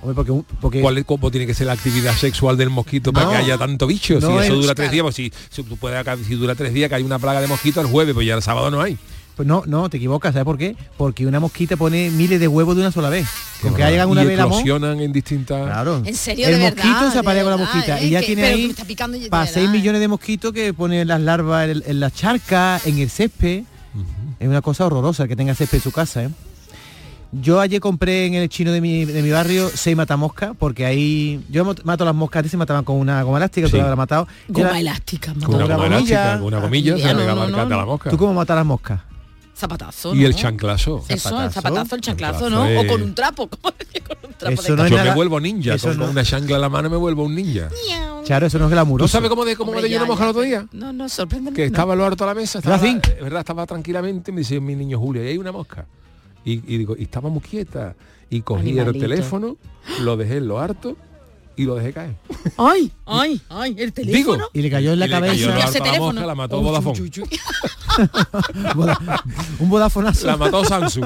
S11: Hombre, porque, un- porque
S9: ¿Cuál es, cómo tiene que ser la actividad sexual del mosquito para
S11: No.
S9: que haya tanto bicho?
S11: No,
S9: si eso
S11: el-
S9: dura tres días, pues si, si tú puedes acá- si dura tres días que hay una plaga de mosquito el jueves, pues ya el sábado no hay.
S11: Pues no, no, te equivocas, ¿sabes por qué? Porque una mosquita pone miles de huevos de una sola vez. Con que hayan una
S9: y
S11: vez la mosca.
S9: eclosionan en distintas.
S11: Claro.
S10: En serio,
S11: el
S10: de
S11: mosquito
S10: verdad,
S11: se aparea
S10: de
S11: con la
S10: verdad,
S11: mosquita
S10: ¿eh?
S11: y ya
S10: Que-
S11: tiene
S10: pero que me
S11: ahí
S10: está picando ya de
S11: para
S10: verdad,
S11: 6 millones de mosquitos que ponen las larvas en, en las charcas, en el césped. Es una cosa horrorosa que tenga césped en su casa. ¿eh? Yo ayer compré en el chino de mi, de mi barrio seis matamoscas porque ahí yo mo- mato las moscas, antes se mataban con una goma elástica, tú
S9: Sí.
S11: la habrás matado. Yo
S10: Goma
S11: la-
S10: elástica,
S9: Con una
S11: Otra
S9: goma
S11: gomilla.
S9: elástica, con una gomilla, se
S10: Ah,
S9: le
S10: no,
S9: pega
S10: no,
S9: marcante
S10: no.
S9: a la mosca.
S11: ¿Tú cómo matas las moscas?
S10: zapatazo.
S9: Y el
S10: ¿no?
S9: chanclazo.
S10: Eso, el zapatazo, el chanclazo,
S9: Chanclazo,
S10: ¿no?
S9: eh.
S10: O con un trapo, como decía, con un trapo
S11: Eso
S10: de
S11: no es
S9: Yo me
S11: nada-
S9: vuelvo ninja,
S11: eso
S9: con, con
S11: no-
S9: una chancla en la mano me vuelvo un ninja.
S11: Claro, eso no es glamuroso.
S9: ¿Tú sabes cómo de cómo
S10: Hombre,
S9: me
S10: ya,
S9: yo la
S10: ya,
S9: mosca el otro día?
S10: No, no, sorpréndeme.
S9: que
S10: no.
S9: estaba lo harto a la mesa,
S11: Yo
S9: estaba,
S11: así.
S9: eh, verdad, estaba tranquilamente y me dice mi niño Julio, "Ahí hay una mosca. Y, y digo, y estaba muy quieta. Y cogí el
S10: Animalito.
S9: teléfono, lo dejé en lo harto y lo dejé caer.
S10: Ay, ay, ay, el
S9: Digo.
S10: teléfono.
S11: Y le cayó en la
S9: Y le
S11: cabeza
S9: cayó en lo
S10: Ese
S9: harto a la
S10: teléfono.
S9: mosca, la mató
S10: Uy, uy,
S9: Vodafone.
S10: uy, uy.
S11: Voda- un bodafonazo.
S9: La mató Samsung.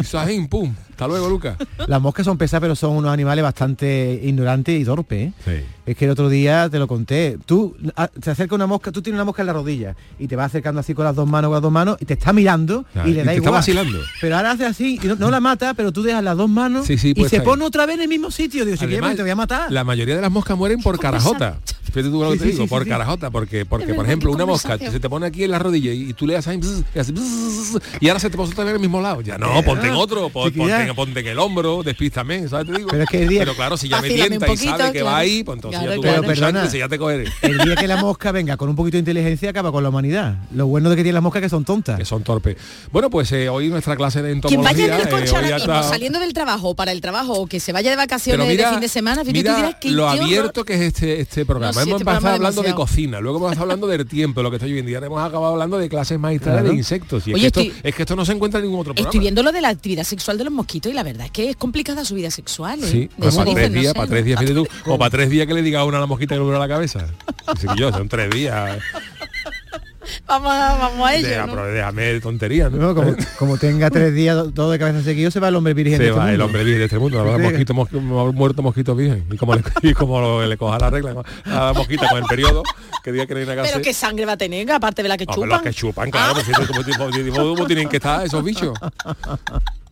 S9: Y Sahin, pum. Hasta luego, Lucas.
S11: Las moscas son pesadas, pero son unos animales bastante ignorantes y torpes. ¿eh?
S9: Sí.
S11: Es que el otro día te lo conté. Tú a- te acerca una mosca, tú tienes una mosca en la rodilla y te vas acercando así con las dos manos, con las dos manos y te está mirando
S9: Ah,
S11: y
S9: y
S11: le
S9: te
S11: da
S9: está
S11: igual.
S9: vacilando.
S11: Pero ahora hace así, y no, no la mata, pero tú dejas las dos manos
S9: Sí, sí,
S11: y
S9: pues
S11: se
S9: ahí.
S11: pone otra vez en el mismo sitio. Digo, si quieres,
S9: Además,
S11: te voy a matar.
S9: La mayoría de las moscas mueren por carajota. Fíjate tú lo que
S11: Sí,
S9: te
S11: sí,
S9: digo,
S11: sí,
S9: por
S11: sí, sí.
S9: carajota, porque, porque por
S10: verdad,
S9: ejemplo,
S10: qué
S9: una mosca
S10: conversación.
S9: se te pone aquí en la rodilla y, y tú le das ahí, bzz, y, hace bzz, y ahora se te pone otra vez en el mismo lado. Ya no, ponte
S11: ah,
S9: en otro,
S11: sí
S9: pon-
S11: que ya.
S9: ponte, en- ponte en el hombro, despístame, ¿sabes? Te digo.
S11: Pero es que el día-
S9: Pero claro, si ya me
S10: Vacílame un
S9: tienta y
S10: poquito,
S9: sabe que
S10: claro.
S9: va ahí, pues entonces
S10: Claro,
S9: ya tú
S11: claro.
S9: vas a
S11: Perdona.
S9: ya te cogeré.
S11: El día que la mosca venga con un poquito de inteligencia acaba con la humanidad. Lo bueno de que tiene las moscas es que son tontas.
S9: Que son torpes. Bueno, pues eh, hoy nuestra clase de
S10: Quien vaya en
S9: entomología...
S10: el
S9: eh,
S10: coche
S9: hoy
S10: ahora
S9: ya
S10: mismo,
S9: está-
S10: saliendo del trabajo o para el trabajo o que se vaya de vacaciones
S9: Pero
S10: de fin de semana, fíjate,
S9: mira
S10: tú dirás, qué-
S9: lo
S10: qué horror.
S9: abierto que es este, este programa.
S10: No, sí,
S9: hemos
S10: este
S9: empezado
S10: programa
S9: hablando de
S10: demasiado.
S9: cocina, luego hemos estado hablando del tiempo, lo que está lloviendo, y ahora hemos acabado hablando de clases magistrales
S11: Claro.
S9: de insectos. Y
S10: Oye,
S9: es, que esto,
S10: estoy-
S9: es que esto no se encuentra en ningún otro programa.
S10: Estoy viendo lo de la actividad sexual de los mosquitos y la verdad es que es complicada su vida sexual. ¿eh?
S9: Sí,
S10: De
S9: pues
S10: eso
S9: para
S10: dicen,
S9: tres
S10: no
S9: días,
S10: sé,
S9: para
S10: ¿no?
S9: tres días, fíjate tú, o para tres días que le diga a una a la mosquita que le vuela la cabeza. Dice que yo, son tres días,
S10: Vamos a, vamos a ello.
S9: Deja-
S10: ¿no?
S9: pero déjame de tonterías, ¿no?
S11: No, como, como tenga tres días todo de cabeza seguido, se va el hombre virgen. de
S9: Se
S11: este
S9: va el
S11: mundo.
S9: hombre virgen de este mundo, habrá mosquito, mosquito, muerto mosquito virgen. Y como le, y como lo- le coja la regla a la mosquita con el periodo, que diga que no hay nada que
S10: Pero
S9: hacer.
S10: qué sangre va a tener, aparte de la que
S9: Hombre,
S10: chupan.
S9: los que chupan, claro, pues, fíjate cómo, ti- cómo- cómo tienen que estar esos bichos.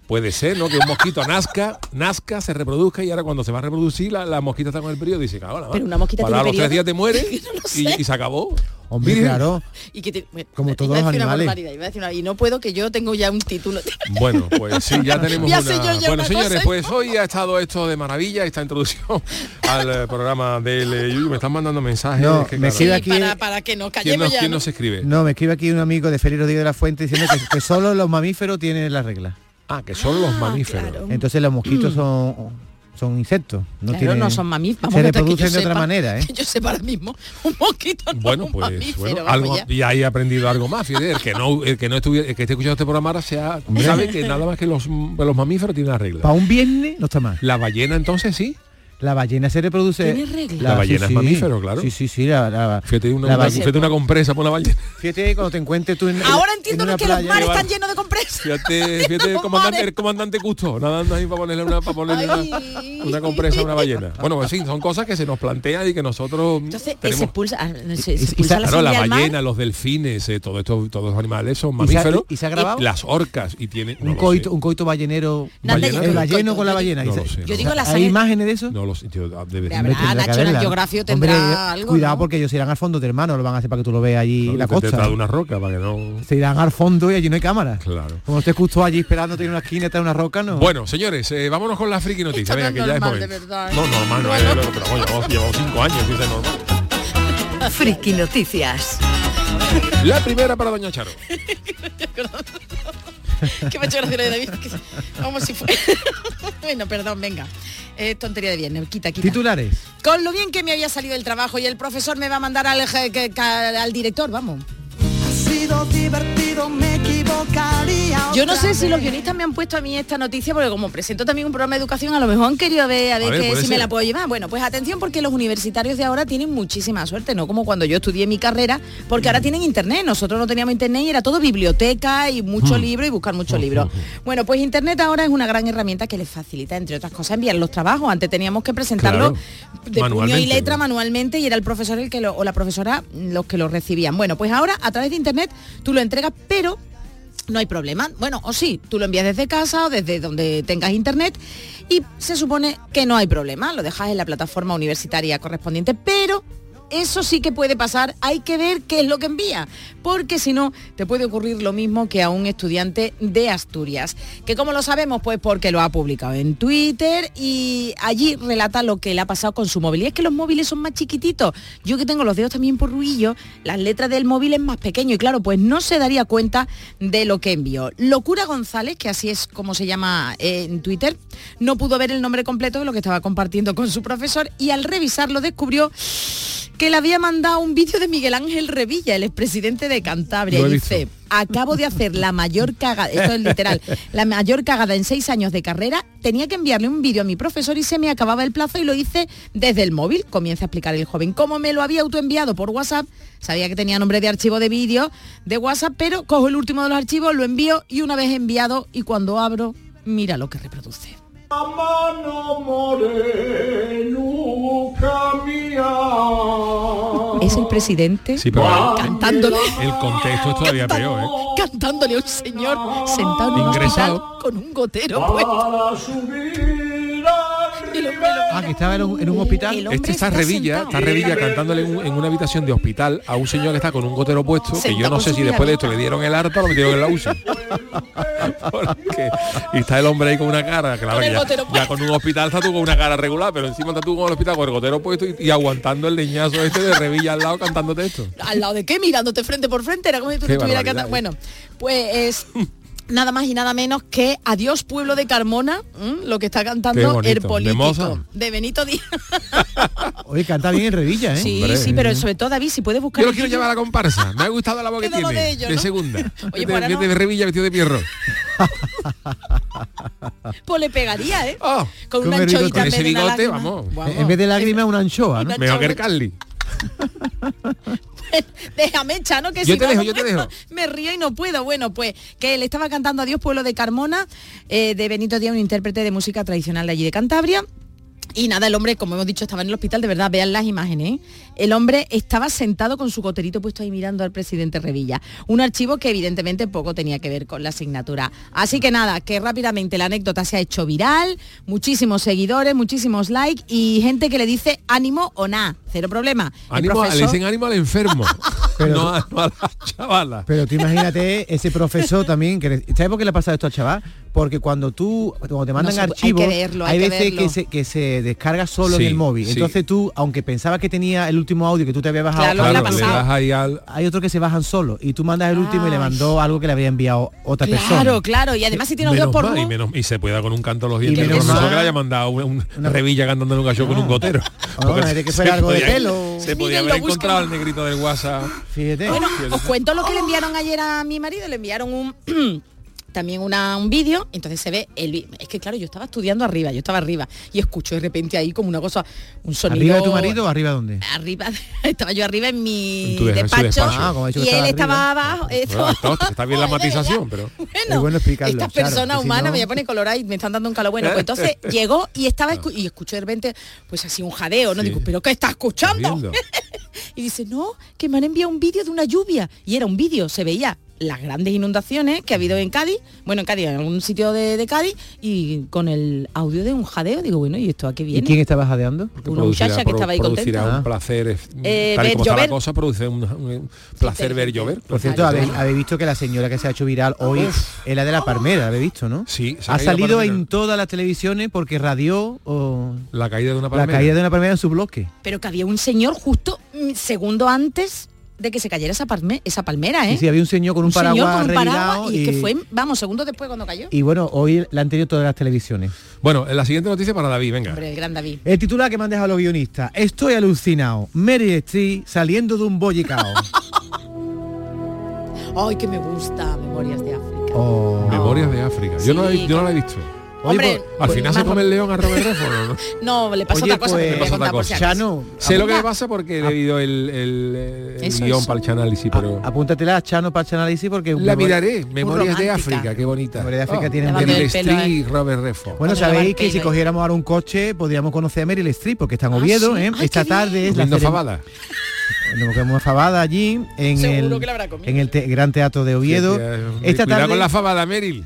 S9: Puede ser, ¿no? Que un mosquito nazca, nazca, se reproduzca y ahora cuando se va a reproducir la, la mosquita está con el periodo y dice, cabrón,
S10: Pero una mosquita
S9: para
S10: tiene
S9: los tres
S10: periodo.
S9: días te muere
S10: Yo no
S9: y,
S10: sé.
S9: y se acabó.
S11: Hombre,
S9: Virgen.
S11: claro.
S10: Y que te-
S11: Como
S10: iba a
S11: todos
S10: decir
S11: los
S10: una
S11: animales.
S10: barbaridad, iba a decir una- y no puedo que yo tengo ya un título.
S9: Bueno, pues sí, ya tenemos
S10: Ya
S9: una...
S10: sé yo ya
S9: bueno,
S10: una
S9: señores,
S10: cosa.
S9: pues hoy ha estado esto de maravilla, esta introducción al eh, programa del eh, Yuyu. Me están mandando mensajes.
S11: No,
S9: que,
S11: me escribe
S10: Y
S9: claro,
S11: aquí-
S10: para, para que nos
S9: ¿Quién,
S10: callemos
S9: nos,
S10: ya.
S9: quién
S10: ¿no?
S9: nos escribe?
S11: No, me escribe aquí un amigo de Félix Rodríguez de la Fuente diciendo que, que solo los mamíferos tienen las reglas.
S9: Ah, que son los mamíferos.
S10: claro.
S11: Entonces los mosquitos son, son insectos. No
S10: Claro,
S11: tienen-
S10: no son mamíferos.
S11: Se
S10: vamos, que
S11: reproducen
S10: yo
S11: de otra
S10: sepa-
S11: manera, ¿eh?
S10: Que yo sepa ahora mismo, un poquito no
S9: Bueno,
S10: un
S9: pues
S10: mamífero,
S9: bueno,
S10: vamos
S9: algo,
S10: ya.
S9: y ahí he aprendido algo más, Fidel. El que no, el que no estuviera, el que esté escuchando este programa ahora sea,
S11: Hombre.
S9: sabe que nada más que los, los mamíferos tienen una regla.
S11: Para un viernes no está mal.
S9: La ballena entonces sí.
S11: La ballena se reproduce.
S9: ¿Tiene regla? La ballena es mamífero, claro.
S11: Sí, sí, sí. La, la-
S9: Fíjate una,
S11: la
S9: una-
S11: ballena-
S9: fíjate una compresa por la ballena.
S11: Fíjate cuando te encuentres tú en.
S10: Ahora entiendo
S11: en una
S10: que los
S11: playa.
S10: mares están llenos de compresas.
S9: Fíjate, fíjate el comandante, el comandante Custo, nadando ahí para ponerle una, para ponerle una, una compresa a una ballena. Bueno, pues sí, son cosas que se nos plantean y que nosotros
S12: Entonces, eh,
S9: tenemos.
S12: se pulsa, ah, no, se- se
S9: Y
S12: pulsa
S9: se-
S12: la
S9: claro, la
S12: señal al mar.
S9: ballena, los delfines, eh, todo esto, todos los animales son
S11: ¿Y se ha-
S9: mamíferos.
S11: y se ha grabado?
S9: Las orcas y tienen
S11: Un coito, un coito ballenero.
S9: Nada, yo
S11: El
S9: digo
S11: balleno
S9: coito,
S11: con la
S9: yo
S11: ballena.
S9: digo-
S11: quizá.
S9: No lo sé, no
S11: O sea,
S9: lo sé.
S11: ¿Hay imágenes de eso?
S9: No los yo, ah, de- de-
S11: Hombre,
S10: Ah,
S11: tendrá que haberla. Hombre, Cuidado
S10: ¿no?
S11: porque ellos se irán al fondo, de hermano, lo van a hacer para que tú lo veas allí en la
S9: de- detrás
S11: costa.
S9: de una roca para que no.
S11: Se irán al fondo y allí no hay cámara.
S9: Claro.
S11: Como estés justo allí esperándote en una esquina, está una roca, ¿no?
S9: Bueno, señores, eh, vámonos con la friki noticia. Venga, que ya es
S11: normal,
S9: momento. No, normal, no, es pero bueno, llevamos- llevamos cinco años, que es normal.
S7: Friki Noticias.
S9: La primera para Doña Charo.
S10: que me ha hecho gracia lo de David. que- Como si fuera... bueno, perdón, venga. Eh, tontería de viernes, quita, quita.
S11: Titulares.
S10: Con lo bien que me había salido el trabajo y el profesor me va a mandar al, je- que- ca- al director, vamos.
S13: Ha sido divertido, me equivocaría.
S10: Yo no sé si los guionistas me han puesto a mí esta noticia porque como presento también un programa de educación a lo mejor han querido ver a ver,
S13: A ver,
S10: que
S13: puede
S10: si me
S13: ser.
S10: la puedo llevar. Bueno, pues atención porque los universitarios de ahora tienen muchísima suerte, no como cuando yo estudié mi carrera, porque ahora tienen internet. Nosotros no teníamos internet y era todo biblioteca y mucho libro y buscar mucho libro. Bueno, pues internet ahora es una gran herramienta que les facilita entre otras cosas enviar los trabajos. Antes teníamos que presentarlos de puño y
S13: Manualmente,
S10: letra manualmente y era el profesor el que lo, o la profesora los que lo recibían. Bueno, pues ahora a través de internet tú lo entregas, pero no hay problema. Bueno, o sí, tú lo envías desde casa o desde donde tengas internet y se supone que no hay problema, lo dejas en la plataforma universitaria correspondiente, pero eso sí que puede pasar, hay que ver qué es lo que envía, porque si no, te puede ocurrir lo mismo que a un estudiante de Asturias, que como lo sabemos, pues porque lo ha publicado en Twitter y allí relata lo que le ha pasado con su móvil. Y es que los móviles son más chiquititos, yo que tengo los dedos también por ruillo, las letras del móvil es más pequeño y claro, pues no se daría cuenta de lo que envió. Locura González, que así es como se llama eh, en Twitter, no pudo ver el nombre completo de lo que estaba compartiendo con su profesor y al revisarlo descubrió que le había mandado un vídeo de Miguel Ángel Revilla, el expresidente de Cantabria.
S13: Lo he
S10: y dice, acabo de hacer la mayor cagada, esto es literal, la mayor cagada en seis años de carrera, tenía que enviarle un vídeo a mi profesor y se me acababa el plazo y lo hice desde el móvil, comienza a explicar el joven. Como me lo había autoenviado por WhatsApp, sabía que tenía nombre de archivo de vídeo de WhatsApp, pero cojo el último de los archivos, lo envío y una vez enviado y cuando abro, mira lo que reproduce.
S8: Mano moreno, camina.
S10: Es el presidente
S9: Sí, pero
S10: cantándole,
S9: el contexto es todavía peor, ¿eh?
S10: cantándole a un señor sentado en un
S9: Ingresado.
S10: hospital con un gotero puesto. Y lo-
S11: Ah, que estaba en un, en un hospital.
S9: Este está, Revilla, está Revilla cantándole en, un- en una habitación de hospital a un señor que está con un gotero puesto, que yo
S11: Sentado
S9: no
S11: con
S9: sé
S11: su
S9: si después de
S11: piramita.
S9: esto le dieron el harta o lo metieron en la UCI. Porque- y está el hombre ahí con una cara, claro
S10: Con
S9: que
S10: el
S9: ya,
S10: gotero
S9: ya con un hospital está tú con una cara regular, pero encima está tú con el hospital con el gotero puesto y, y aguantando el leñazo este de Revilla al lado cantándote esto.
S10: ¿Al lado de qué? Mirándote frente por frente, era como si tú
S9: Qué
S10: te estuvieras
S9: barbaridad, eh.
S10: cantando. Bueno, pues nada más y nada menos que Adiós Pueblo de Carmona, ¿m? lo que está
S11: Qué
S10: cantando
S11: bonito,
S10: el
S11: de
S10: político
S11: Mozart.
S10: de Benito Díaz.
S11: Oye, canta bien en Revilla, ¿eh?
S10: Sí, sí, pero sobre todo David, si puedes buscar.
S11: Yo lo
S10: el
S11: quiero
S10: vídeo.
S11: llevar
S9: La comparsa, me ha gustado la voz que
S10: Qué dado
S9: tiene,
S10: de
S9: de,
S10: ello, ¿no?
S9: segunda.
S10: Oye,
S9: Oye,
S10: pues ahora no.
S9: de Revilla vestido de pierro.
S10: Pues le pegaría, ¿eh? con
S11: Con
S10: una
S11: el bigote.
S10: anchoita
S11: Con
S10: en
S11: ese
S10: vez de una
S11: bigote,
S10: lágrima.
S9: vamos.
S11: En vez de lágrimas, una anchoa, ¿no?
S10: Una Mejor que el anchoa.
S9: Carly.
S10: Déjame, Chano, que
S11: Yo
S10: si
S11: te
S10: no,
S11: dejo,
S10: no
S11: yo te
S10: puedo.
S11: dejo.
S10: Me río y no puedo. Bueno, pues que le estaba cantando Adiós Pueblo de Carmona, eh, de Benito Díaz, un intérprete de música tradicional de allí de Cantabria. Y nada, el hombre, como hemos dicho, estaba en el hospital, de verdad, vean las imágenes. ¿eh? El hombre estaba sentado con su goterito puesto ahí mirando al presidente Revilla. Un archivo que evidentemente poco tenía que ver con la asignatura. Así que nada, que rápidamente la anécdota se ha hecho viral, muchísimos seguidores, muchísimos likes y gente que le dice ánimo o nada, cero problema. El
S9: Ánimo, a- le
S10: profesor-
S9: dicen ánimo al enfermo, no, a, no a la chavala.
S11: Pero tú imagínate ese profesor también, que le- ¿sabes por qué le ha pasado esto al chaval? Porque cuando tú, cuando te mandan
S10: No sé, hay
S11: archivos,
S10: que verlo, hay que
S11: veces
S10: verlo.
S11: Que, se, que se descarga solo
S9: Sí,
S11: en el móvil.
S9: sí.
S11: Entonces tú, aunque pensabas que tenía el último audio que tú te habías bajado,
S9: Claro, Claro, le le pasado. das ahí al-
S11: hay otros que se bajan solo. Y tú mandas el último y le mandó algo que le había enviado otra persona.
S10: Claro, claro. Y además si tiene los dos
S9: Menos
S10: por
S9: mal, y,
S10: uno,
S9: menos- y se puede dar con un canto a los dientes.
S11: menos
S9: Menos mal
S11: mal.
S9: que le haya mandado un- un- una revilla cantando en un gallo con un gotero.
S10: Ah,
S9: Porque
S11: de que
S9: se
S11: fuera algo de
S9: podía-
S11: pelo.
S9: Se podía
S10: Miguel,
S9: haber
S10: lo busca.
S9: encontrado el negrito del WhatsApp.
S11: Fíjate.
S10: Bueno, os cuento lo que le enviaron ayer a mi marido, le enviaron un también una, un vídeo, entonces se ve el vi- es que claro, yo estaba estudiando arriba, yo estaba arriba y escucho de repente ahí como una cosa, un sonido Ah,
S11: ¿Arriba de tu marido o arriba dónde?
S10: arriba, estaba yo arriba en mi
S11: En tu de- en su
S10: despacho,
S11: despacho. Ah, como ha dicho que
S10: y él
S11: estaba Ah,
S10: estaba abajo,
S9: Bueno,
S10: estaba-
S9: está, está bien la matización, pero.
S10: Es
S11: bueno explicarlo.
S10: Estas personas humanas me voy a poner colorada y me están dando un calor. Bueno, pues entonces llegó y estaba escu- y escuché de repente, pues así un jadeo, ¿no? Digo, ¿pero qué está escuchando? y dice, no, que me han enviado un vídeo de una lluvia. Y era un vídeo, se veía las grandes inundaciones que ha habido en Cádiz, bueno, en Cádiz, en algún sitio de, de Cádiz, y con el audio de un jadeo, digo, bueno, ¿y esto a qué
S11: ¿Y
S10: viene?
S11: quién estaba jadeando?
S10: Una muchacha que estaba ahí
S9: producirá
S10: contenta.
S9: un placer es-
S10: Eh,
S9: tal y
S10: ver
S9: como está la
S10: llover.
S9: cosa produce un, un placer ver llover
S11: Por cierto, habéis, habéis visto que la señora que se ha hecho viral hoy
S9: Uf.
S11: es la de la palmera, habéis visto, ¿no?
S9: Sí, se
S11: ha
S9: caído
S11: salido
S9: palmera.
S11: en todas las televisiones porque radió o
S9: la caída de una
S11: la
S9: palmera
S11: caída de una palmera en su bloque.
S10: Pero que había un señor justo mm, segundo antes de que se cayera esa, palme- esa palmera, ¿eh?
S11: Y sí, había un señor con un,
S10: señor
S11: paraguas
S10: con un
S11: arreglado
S10: paraguas y, es que
S11: y-
S10: fue, vamos, segundos después cuando cayó.
S11: y bueno, hoy la han tenido todas las televisiones.
S9: Bueno, la siguiente noticia para David, venga.
S10: Hombre, el gran David.
S11: El titular que me han dejado los guionistas. Estoy alucinado. Mary Streep saliendo de un bollicao.
S10: Ay, que me gusta Memorias de África.
S11: Oh,
S9: Memorias de África. Yo, no, la he- yo no la he visto.
S10: Hombre,
S9: pues, Al final se
S10: más-
S9: come el león a Robert Redford, ¿no?
S10: No, le pasó
S11: Oye,
S10: otra cosa.
S11: pues,
S10: que te voy a
S11: pasa
S10: contar por si acaso.
S11: Chano,
S9: Sé lo que le pasa porque he leído el, el, el
S10: Ah. Eso,
S9: guión
S10: eso.
S9: para el chanálisis, pero...
S11: Apúntatela a Chano para el análisis porque...
S9: La miraré,
S11: Muy
S9: Memorias de
S11: romántica.
S9: África, qué bonita.
S11: ah, Memorias de África
S9: Oh,
S11: tiene un
S9: Meryl
S11: buen-
S9: Streep y Robert Redford.
S11: Bueno,
S10: Cuando le va el
S11: sabéis que
S10: pelo
S11: si
S10: ahí.
S11: cogiéramos ahora un coche, podríamos conocer a Meryl Streep, porque está en
S10: Ah,
S11: Oviedo,
S10: sí.
S11: ¿eh?
S10: Ay,
S11: Esta
S10: qué bien.
S11: tarde es la
S9: Comiendo
S11: cerem-
S9: fabada.
S11: Nos comemos una fabada allí, en
S9: Seguro
S11: el,
S9: que la habrá comido.
S11: en el te- Gran Teatro de Oviedo.
S9: Sí, sí,
S11: Esta
S9: Cuidado
S11: tarde,
S9: con la fabada, Meryl.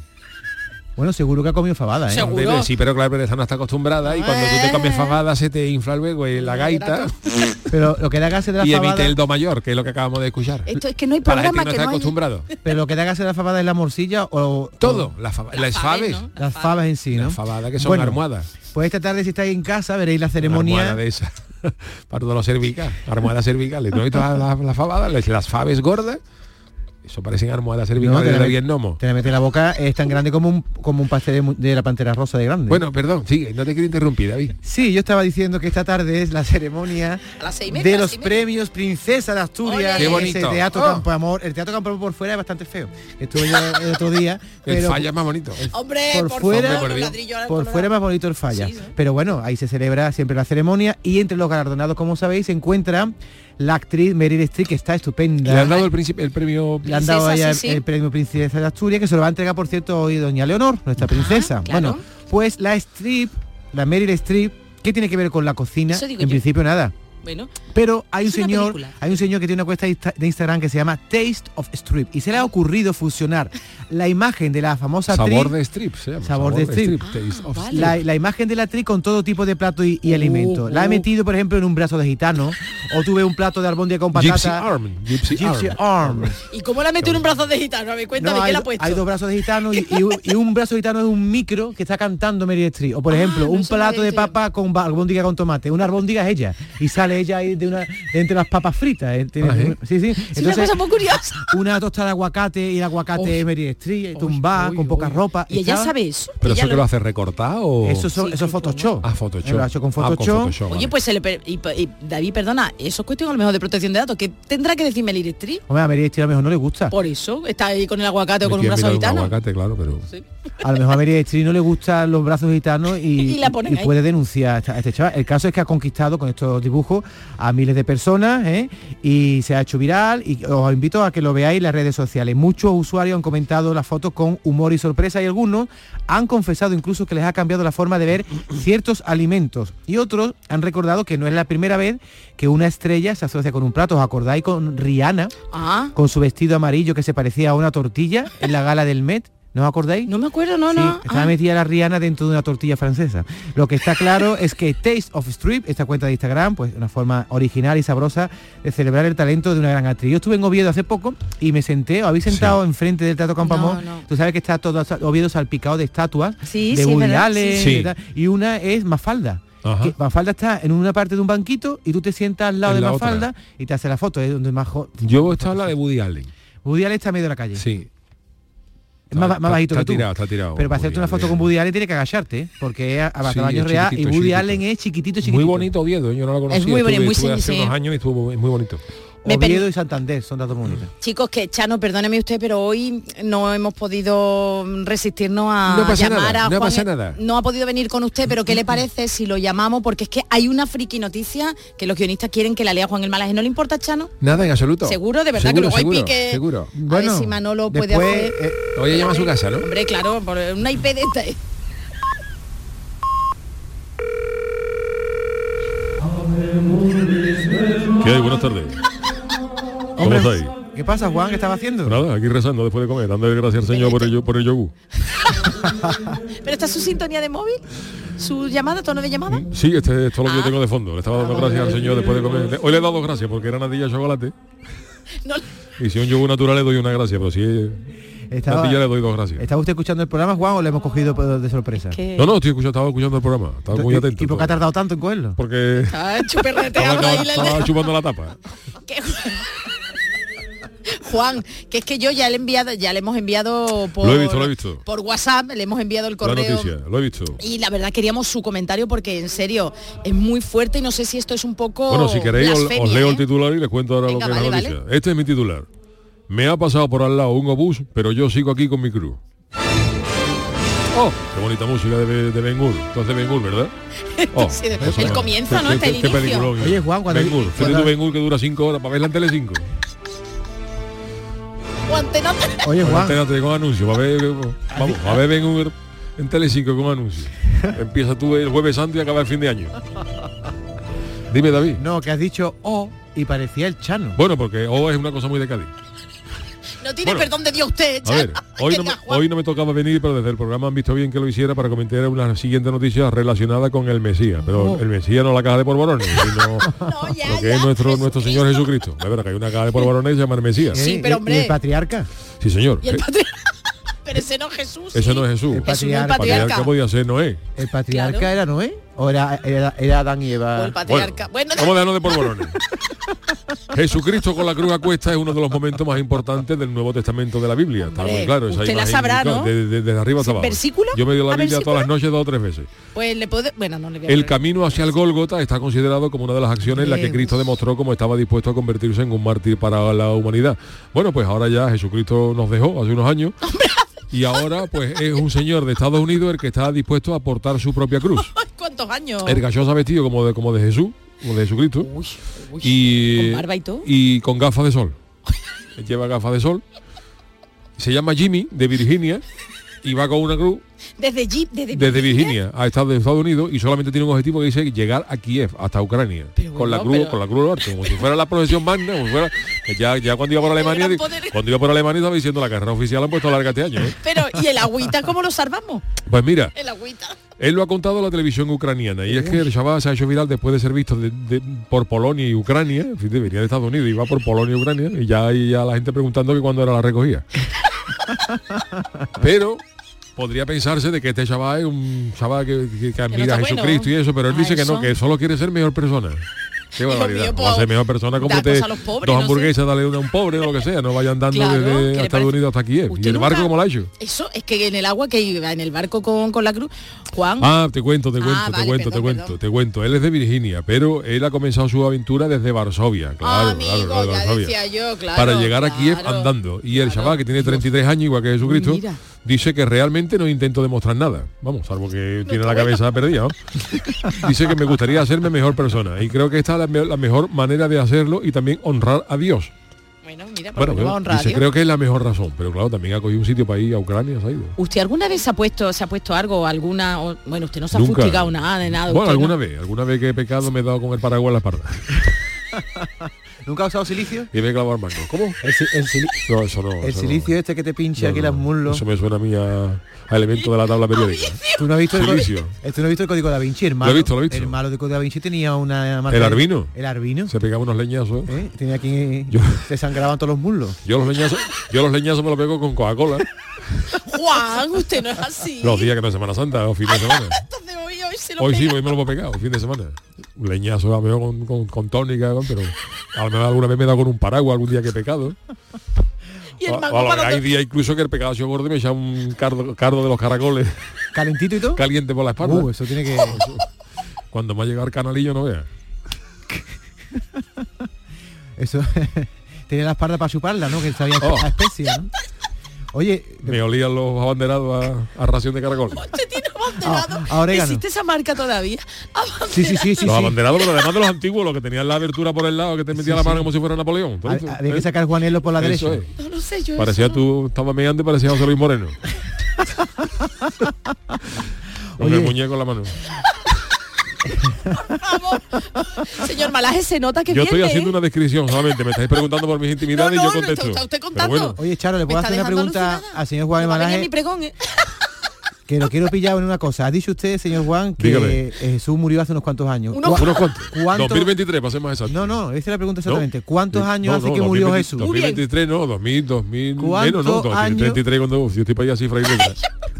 S11: bueno, seguro que ha comido fabada, ¿eh?
S9: Debe- Sí, pero claro, pero esa no está acostumbrada y cuando tú te comes fabada se te infla luego eh, la gaita
S11: Pero lo que da gas de la
S9: y
S11: fabada...
S9: emite el do mayor, que es lo que acabamos de escuchar.
S10: Esto es que no hay
S9: Para la gente
S10: programa
S9: no
S10: que
S9: está
S10: no haya-
S9: acostumbrado.
S11: Pero lo que da gas de la fabada es la morcilla o...
S9: Todo, la, faba- las faves,
S11: o las fabas en sí, ¿no?
S9: las fabadas que son
S11: Bueno,
S9: armuadas.
S11: Pues esta tarde si estáis en casa veréis la
S9: Una Armuada
S11: ceremonia
S9: de esa. Para todos los cervicales. Armuadas cervicales. ¿No? Y todas las las fabadas, las- las faves gordas. Eso parecen armuadas
S11: No,
S9: cervicales
S11: te la
S9: de
S11: met-
S9: David Nomo.
S11: Te la mete en la boca, es tan grande como un, como un pastel de, mu- de la pantera rosa de grande.
S9: Bueno, perdón, sigue, no te quiero interrumpir, David.
S11: Sí, yo estaba diciendo que esta tarde es la ceremonia
S10: A las seis y media,
S11: de
S10: a las
S11: los
S10: seis y media.
S11: premios Princesa de Asturias.
S9: Ole. Qué
S11: en
S9: bonito.
S11: ese Teatro
S9: Oh.
S11: Campo Amor. El Teatro Campo Amor por fuera es bastante feo. Estuve yo el otro día.
S9: El
S11: pero
S9: falla es más bonito.
S10: Hombre,
S11: por, fuera,
S9: favor, Dios.
S11: por fuera más bonito el falla. Pero bueno, ahí se celebra siempre la ceremonia y entre los galardonados, como sabéis, se encuentra la actriz Meryl Streep, que está estupenda.
S9: Le han dado el, principi- el premio.
S11: Le han dado a
S10: Princesa,
S11: ella
S10: sí,
S11: el,
S10: sí.
S11: el premio Princesa de Asturias, que se lo va a entregar, por cierto, hoy doña Leonor, nuestra princesa.
S10: Ah, claro.
S11: Bueno, pues la strip, la Meryl Strip, ¿qué tiene que ver con la cocina?
S10: Eso
S11: En
S10: digo yo.
S11: principio nada.
S10: Bueno,
S11: Pero hay un
S10: Es una
S11: señor,
S10: película.
S11: hay un señor que tiene una cuenta insta- de Instagram que se llama Taste of Strip y se le ha ocurrido fusionar la imagen de la famosa
S9: Sabor
S11: actriz-
S9: de strip, se llama.
S11: Sabor de strip. Ah,
S9: taste of strip.
S11: la, la imagen de la actriz con todo tipo de plato y,
S10: Oh,
S11: y alimentos. La ha metido, por ejemplo, en un brazo de gitano, o tuve un plato de albóndiga con patata.
S9: Gypsy Arm. Gypsy,
S11: Gypsy Arm.
S9: Arm.
S10: ¿y cómo la metió en un brazo de gitano? A ver, cuéntame,
S11: No,
S10: ¿qué
S11: hay,
S10: le ha
S11: do-
S10: puesto?
S11: hay dos brazos de gitano y, y un- y un brazo de gitano es un micro que está cantando Meryl Streep.
S10: Ah,
S11: O por ejemplo, un
S10: eso lo
S11: plato
S10: he
S11: de
S10: visto yo.
S11: papa con ba- albóndiga con tomate. Una albóndiga es ella. Y sale ella ahí de, una, de entre las papas fritas. ¿eh? Tiene-
S9: Ah, ¿eh?
S11: Sí, sí.
S10: Es una cosa muy curiosa.
S11: una tostada de aguacate y el aguacate
S10: Uy.
S11: de Meryl Streep, tumbada, con poca ropa.
S10: Y ella
S11: está-
S10: sabe eso.
S9: Pero
S10: Ella
S9: eso que
S10: lo-
S9: lo hace recortado o.
S11: Eso, son- eso es Photoshop.
S9: Ah, Photoshop.
S11: Lo ha hecho con
S9: Ah, con
S11: Photoshop.
S9: Photoshop,
S10: Oye,
S9: vale.
S10: pues se le per- y, y, David, perdona, eso es cuestión a lo mejor de protección de datos. que tendrá que decirme el Iretri?
S11: Hombre, a Meryl Streep a lo mejor no le gusta.
S10: Por eso, está ahí con el aguacate o
S9: Me
S10: con un
S9: estoy
S10: brazo de
S9: mirando
S10: gitano.
S9: aguacate, claro, pero.
S11: A lo mejor a Meryl Streep no le gustan los brazos gitanos y,
S10: Y la ponen ahí.
S11: puede denunciar a esta- a este chaval. El caso es que ha conquistado con estos dibujos a miles de personas ¿eh? y se ha hecho viral y os invito a que lo veáis en las redes sociales. Muchos usuarios han comentado las fotos con humor y sorpresa y algunos han confesado incluso que les ha cambiado la forma de ver ciertos alimentos y otros han recordado que no es la primera vez que una estrella se asocia con un plato. ¿Os acordáis con Rihanna?
S10: Ah,
S11: con su vestido amarillo que se parecía a una tortilla en la gala del Met. ¿No os acordáis?
S10: No me acuerdo, no, no. ah.
S11: Estaba metida la Rihanna dentro de una tortilla francesa. Lo que está claro es que Taste of Strip, esta cuenta de Instagram, pues una forma original y sabrosa de celebrar el talento de una gran actriz. Yo estuve en Oviedo hace poco y me senté, o habéis sentado enfrente del Teatro Campamón.
S10: No, no.
S11: Tú sabes que está todo Oviedo salpicado de estatuas,
S10: Sí,
S11: de
S10: sí, es
S11: Woody
S10: verdad,
S11: Allen,
S10: sí. Sí.
S11: de tal, y una es Mafalda. Que Mafalda está en una parte de un banquito y tú te sientas al lado
S14: En
S11: de
S14: la
S11: Mafalda y te hace la foto, es donde más jo-
S14: Yo estaba en la de Woody Allen.
S11: Woody Allen está en medio de la calle.
S14: Sí.
S11: Es más,
S14: Está-
S11: más bajito
S14: está
S11: que tú.
S14: tirado, está tirado,
S11: Pero para hacerte
S14: Woody
S11: una foto
S14: Allen.
S11: con Woody Allen tiene que agacharte, ¿eh? porque es a
S14: Sí,
S11: tamaño
S14: es
S11: real y
S14: chiquitito, es
S11: Woody
S14: chiquitito.
S11: Allen es chiquitito, chiquitito.
S14: Muy bonito Oviedo, ¿eh? yo no lo conocía.
S10: muy
S14: estuve-
S10: bonito, muy
S14: estuve
S10: sin-
S14: hace
S10: sí.
S14: unos años y estuvo es muy bonito.
S10: Me per-
S11: Oviedo y Santander son datos muy bonitos.
S10: Chicos, que Chano, perdóneme usted, pero hoy no hemos podido resistirnos a
S11: No pasa
S10: llamar
S11: nada,
S10: a
S11: no
S10: Juan-
S11: pasa nada.
S10: No ha podido venir con usted, pero ¿qué le parece si lo llamamos? Porque es que hay una friki noticia que los guionistas quieren que la lea Juan el Malaje. ¿No le importa, Chano?
S14: Nada en absoluto.
S10: Seguro, de verdad, que luego hay
S14: seguro,
S10: pique.
S14: Seguro.
S10: a ver si Manolo puede hacer.
S11: eh,
S14: Lo voy a llamar a su casa, ¿no?
S10: Hombre, claro, por una IP de esta. ¿eh?
S9: ¿Qué hay? Buenas tardes. ¿Cómo
S11: Hombre,
S9: estáis?
S11: ¿Qué pasa, Juan? ¿Qué estaba haciendo?
S9: Nada, aquí rezando después de comer, dándole gracias al Señor por el, yo- por el yogur.
S10: ¿Pero está su sintonía de móvil? ¿Su llamada, tono de llamada?
S9: Sí, este es todo
S10: Ah.
S9: lo que yo tengo de fondo. Le estaba dando gracias al Señor después de comer. Le- Hoy le he dado gracias porque era natilla de chocolate. Y si es un yogur natural le doy una gracia, pero si es
S11: Estaba- este
S9: natilla le doy dos gracias.
S11: ¿Estaba usted escuchando el programa, Juan, o le hemos cogido por- de sorpresa?
S9: No, no, estoy escuchando, estaba escuchando el programa. Estaba muy
S11: ¿Y-
S9: atento.
S11: ¿Y por qué ha tardado tanto en cogerlo?
S9: Porque
S10: Ah, chuperretea
S9: estaba,
S10: por ahí la-
S9: estaba- estaba chupando la tapa.
S10: Juan, que es que yo ya le he enviado, ya le hemos enviado por,
S9: Lo he visto, lo he visto.
S10: por WhatsApp, le hemos enviado el
S9: La
S10: correo.
S9: noticia, lo he visto.
S10: Y la verdad queríamos su comentario porque en serio es muy fuerte y no sé si esto es un poco.
S9: Bueno, si queréis os,
S10: blasfemia,
S9: os leo el
S10: ¿eh?
S9: titular y les cuento ahora
S10: Venga,
S9: lo que es la
S10: vale,
S9: noticia. Este es mi titular. Me ha pasado por al lado un obús, pero yo sigo aquí con mi crew. ¡Oh! Qué bonita música de, Be- de Ben Hur. Entonces Ben Hur, ¿verdad? Oh,
S10: Sí, el
S9: cosa más.
S10: comienzo,
S9: Qué-
S10: ¿no?
S9: qué-
S10: Este
S9: qué
S10: inicio.
S9: peliculón, ¿eh?
S11: Oye, Juan, cuando-
S9: Ben Hur. Fíjate
S11: cuando-
S9: tú Ben Hur que dura cinco horas para verla en Telecinco.
S10: Guante, no te-
S11: Oye, Juan.
S9: Espérate con anuncio. Para ver, vamos, a ver Ben Hur en Telecinco con anuncio. Empieza tú el jueves santo y acaba el fin de año. Dime, David.
S11: No, que has dicho O y parecía el Chano.
S9: Bueno, porque O es una cosa muy de Cádiz.
S10: no tiene
S9: Bueno,
S10: perdón de Dios usted,
S9: A ver,
S10: Chano.
S9: hoy no,
S10: Venga,
S9: me-
S10: Juan.
S9: hoy no me tocaba venir, pero desde el programa han visto bien que lo hiciera para comentar una siguiente noticia relacionada con el Mesías. Pero
S14: Oh.
S9: el Mesías no la caja de polvorones, sino lo que es nuestro, nuestro Señor Jesucristo. Es verdad que hay una caja de polvorones y se llama el Mesías.
S11: ¿Eh? ¿Y- ¿Y el patriarca?
S9: Sí, señor.
S10: Y el patri- Pero ese no es Jesús.
S9: Eso no es Jesús.
S11: El patriarca.
S9: El patriarca podía ser Noé.
S11: ¿El patriarca era Noé? ¿O era, era, era Adán y Eva?
S10: el patriarca. Bueno,
S9: Vamos a dejarnos de polvorones. Jesucristo con la cruz a cuesta es uno de los momentos más importantes del Nuevo Testamento de la Biblia. Está muy
S10: Hombre,
S9: claro. esa
S10: usted la
S9: imagen,
S10: sabrá,
S9: claro,
S10: ¿no?
S9: de- de- Desde arriba hasta abajo.
S10: ¿Versículo?
S9: Yo me dio la
S10: ¿A
S9: Biblia todas
S10: versículo?
S9: las noches dos o tres veces.
S10: pues le puedo. Bueno, no le voy a
S9: El camino hacia el Gólgota está considerado como una de las acciones en la que
S10: Eh,
S9: Cristo demostró cómo estaba dispuesto a convertirse en un mártir para la humanidad. Bueno, pues ahora ya Jesucristo nos dejó hace unos años y ahora pues es un señor de Estados Unidos el que está dispuesto a portar su propia cruz.
S10: ¿Cuántos años?
S9: El gallo se ha vestido como de, como de Jesús, como de Jesucristo. y,
S10: ¿Con barba y todo?
S9: con gafas de sol. Él Lleva gafas de sol. Se llama Jimmy, de Virginia, y va con una cruz
S10: Desde Jeep, desde,
S9: desde Virginia a Estados, Estados Unidos y solamente tiene un objetivo que dice llegar a Kiev, hasta Ucrania, con la cruz, con la cruz al norte, como si fuera la procesión magna, como si fuera, que ya, ya cuando iba por Alemania, di- cuando iba por Alemania estaba diciendo la carrera oficial han puesto larga este año. ¿eh?".
S10: Pero, ¿y el agüita cómo lo salvamos?
S9: Pues mira,
S10: El agüita.
S9: él lo ha contado a la televisión ucraniana y es que el Shabbat se ha hecho viral después de ser visto de- de- por Polonia y Ucrania, en fin, de- venía de Estados Unidos, iba por Polonia y Ucrania y ya hay ya la gente preguntando que cuándo era la recogida. Pero podría pensarse de que este Shabbat es un Shabbat que, que- que admira
S14: está
S9: a
S14: bueno.
S9: Jesucristo y eso, pero él
S14: Ah,
S9: dice que
S14: eso.
S9: no, que solo quiere ser mejor persona. Qué barbaridad.
S14: mío,
S9: Vamos a
S14: pues,
S9: ser mejor persona
S14: da
S9: como te
S14: cosa a los pobres, no
S9: dos
S14: sé.
S9: hamburguesas, dale una a un pobre o lo que sea, no vayan dando
S10: Claro, ¿qué le
S9: desde
S10: parece?
S9: Estados Unidos hasta Kiev. Y el barco como lo ha hecho.
S10: Eso es que en el agua que iba en el barco con, con la cruz, Juan.
S9: Ah, te cuento, te
S10: Ah,
S9: cuento,
S10: vale,
S9: te cuento,
S10: perdón,
S9: te cuento, te cuento. Él es de Virginia, pero él ha comenzado su aventura desde Varsovia, claro, claro, claro, de Varsovia.
S10: Ah, decía yo, claro,
S9: para llegar a Kiev andando. Y el chaval que tiene 33 años, igual que Jesucristo,
S10: Mira.
S9: dice que realmente no intento demostrar nada. Vamos, salvo que tiene la cabeza perdida. ¿no? dice que me gustaría hacerme mejor persona. Y creo que esta es la, me- la mejor manera de hacerlo y también honrar a Dios.
S10: Bueno, mira,
S9: Bueno,
S10: porque no va a honrar a
S9: dice,
S10: Dios.
S9: creo que es la mejor razón. Pero claro, también ha cogido un sitio para ir a Ucrania, se ha ido.
S10: ¿Usted alguna vez se ha puesto, se ha puesto algo, alguna, o- bueno, usted no se ha
S9: Nunca.
S10: fustigado nada de nada?
S9: Bueno,
S10: usted no.
S9: alguna vez, alguna vez que he pecado me he dado con el paraguas en la espalda.
S11: ¿Nunca has usado silicio?
S9: Y me clavo al mango. ¿Cómo?
S11: El, si- el sili-
S9: No, eso no.
S11: el
S9: eso
S11: silicio este que te pincha
S9: No,
S11: aquí
S9: no,
S11: las muslos.
S9: Eso me suena a mí a, a elemento de la tabla periódica.
S11: ¿Tú no, has visto el,
S9: Silicio.
S11: código- ¿Tú no has visto el código da Vinci, hermano?
S9: Lo he visto, lo he visto.
S11: El malo de código da Vinci tenía una marca
S9: El
S11: de-
S9: Arbino.
S11: El Arbino.
S9: Se pegaba unos leñazos.
S11: ¿eh? Tenía aquí... Se sangraban todos los muslos.
S9: Yo los leñazos, yo los leñazos me los pego con Coca-Cola
S10: Juan, usted no es así.
S9: los días que no es Semana Santa o fin de semana.
S10: Entonces hoy, hoy se lo
S9: Hoy sí,
S10: pega.
S9: hoy me lo voy a pegar, fin de semana. Un leñazo a lo mejor con, con, con tónica, con- pero a lo mejor alguna vez me he dado con un paraguas algún día que he pecado.
S10: Y el
S9: O-
S10: mango
S9: o a lo
S10: para
S9: mejor hay
S10: dónde-
S9: días incluso que el pecado ha sido gordo y me echa un cardo, cardo de los caracoles.
S11: ¿Calentito y todo?
S9: Caliente por la espalda.
S11: Uh, eso tiene que...
S9: Oh. Cuando me ha llegado el canalillo no vea.
S11: Eso... tenía la espalda para chuparla, ¿no? Que sabía
S9: Oh.
S11: a especie, ¿no? Oye,
S9: Me olían los abanderados a, a ración de caracol.
S10: Abanderado.
S11: Ah, orégano.
S10: ¿Existe esa marca todavía?
S9: Los abanderados, pero además de los antiguos, los que tenían la abertura por el lado, que te metía la mano como si fuera Napoleón. ¿Tú dices?
S11: ha- había que sacar Juanelo por la
S9: eh. Eso
S11: derecha.
S10: No lo sé yo.
S9: Parecía tú, estaba meando y parecía José Luis Moreno. Con
S11: Oye.
S9: el muñeco en la mano.
S10: Señor Malaje, se nota que
S9: Yo estoy
S10: viene,
S9: haciendo
S10: ¿eh?
S9: una descripción solamente, me estáis preguntando por mis
S10: No,
S9: intimidades y
S10: no,
S9: yo
S10: no,
S9: contesto.
S10: está usted
S9: Pero
S10: contando.
S9: bueno,
S11: Oye, Charo, ¿le puedo
S10: Me está
S11: hacer una
S10: dejando
S11: pregunta al señor Juan
S10: Me va a venir
S11: Malaje?
S10: mi pregón, ¿eh?
S11: Que lo quiero pillar en una cosa. Ha dicho usted, señor Juan, que
S9: Dígame.
S11: eh, Jesús murió hace unos cuantos años.
S9: Unos-
S11: ¿Cuá-
S9: Unos cuantos.
S11: ¿Cuánto-
S9: 2023, para ser más exacto.
S11: No, no, esa es la pregunta exactamente. ¿Cuántos años hace que murió Jesús?
S9: 2023 no, 2000, 2000, menos, no,
S11: ¿Cuántos
S9: 2033 cuando yo estoy para allá cifra y letra.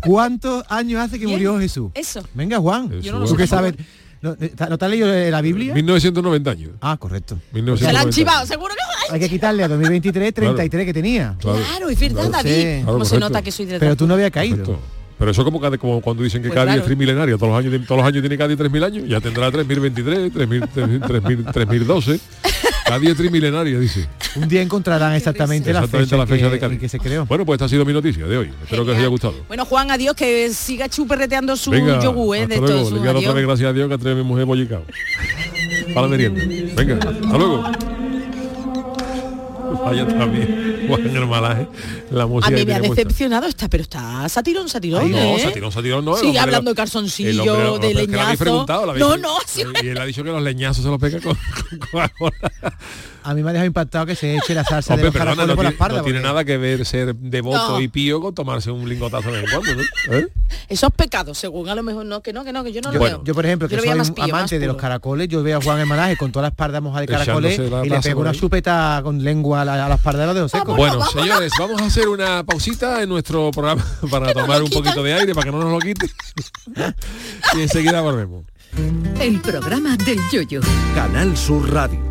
S11: ¿Cuántos años hace que murió Jesús?
S10: Eso.
S11: Venga, Juan,
S9: Yo no lo
S11: tú
S9: sé.
S11: que sabes. ¿No, eh, ¿No te has leído la Biblia?
S9: 1990 años.
S11: Ah, correcto.
S10: Se la han chivado, seguro que
S11: Hay que quitarle a 2023
S9: Claro.
S11: 33 que tenía.
S9: Claro.
S10: Claro, es verdad,
S11: Claro,
S10: David.
S11: sí.
S9: Claro,
S10: ¿Cómo se
S9: perfecto.
S10: nota que soy de
S11: Pero tú no habías caído.
S9: Pero eso como, cada- como cuando dicen que
S10: Pues
S9: cada día
S10: claro.
S9: es trimilenario, todos los años tiene- todos los años tiene cada día 3000 años, ya tendrá 3023, 3000, 3000, 3000, 3012. Cada día es trimilenario, dice.
S11: Un día encontrarán exactamente,
S9: Exactamente
S11: la
S9: la
S11: fecha,
S9: fecha
S11: en que-
S9: de cada
S11: en que se creó.
S9: Bueno, pues esta ha sido mi noticia de hoy. Espero que os haya gustado.
S10: Bueno, Juan, adiós, que siga chuperreteando su
S9: Venga,
S10: yogur, ¿eh?
S9: hasta
S10: De
S9: luego.
S10: todo su
S9: Le quiero dar otra
S10: adiós.
S9: vez gracias a Dios que trae mi mujer bollicao. Para la merienda. Venga, hasta luego. Vaya también. Juan el malaje. ¿eh? La música
S10: A mí
S9: que
S10: me ha
S9: tiene puesta.
S10: decepcionado esta, pero está satirón, satirón,
S9: Ay, no,
S10: ¿eh?
S9: satirón, satirón no. el
S10: Sigue
S9: hombre
S10: hablando de
S9: el
S10: calzoncillo,
S9: hombre- no,
S10: de
S9: pero es que le habéis
S10: leñazo.
S9: preguntado, le habéis-
S10: no, no, sí.
S9: Y él ha dicho que los leñazos se los pega con, con Coca-Cola.
S11: A mí me ha dejado impactado que se eche la salsa
S9: Hombre,
S11: de los
S9: perdona,
S11: caracoles
S9: no,
S11: por la
S9: tiene,
S11: espalda.
S9: no tiene
S11: porque-
S9: nada que ver ser devoto
S10: No.
S9: y pío con tomarse un lingotazo de vez en cuando, ¿no? ¿Eh?
S10: Eso es pecado, según a lo mejor no, que no, que no, que yo no
S11: Yo,
S10: lo veo.
S11: yo, por ejemplo, que
S10: Yo lo
S11: soy
S10: veía más
S11: un
S10: pío, más
S11: amante de los
S10: puro.
S11: caracoles, yo veo a Juan el Malaje con toda la espalda mojada de caracoles
S9: Echándose la
S11: y le
S9: taza
S11: pego
S9: por
S11: una
S9: ahí.
S11: chupeta con lengua a la, a la espalda de los dedos secos.
S9: Bueno, señores, vamos a hacer una pausita en nuestro programa para tomar un poquito de aire, para que no nos lo quite. y enseguida volvemos.
S15: El programa del yoyo.
S16: Canal Sur Radio.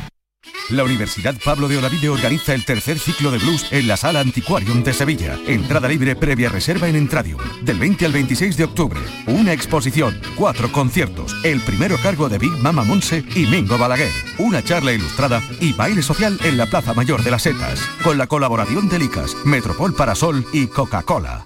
S17: La Universidad Pablo de Olavide organiza el tercer ciclo de blues en la Sala Antiquarium de Sevilla. Entrada libre previa reserva en Entradium. Del 20 al 26 de octubre. Una exposición, cuatro conciertos, el primero a cargo de Big Mama Monse y Mingo Balaguer. Una charla ilustrada y baile social en la Plaza Mayor de las Setas. Con la colaboración de Licas, Metropol Parasol y Coca-Cola.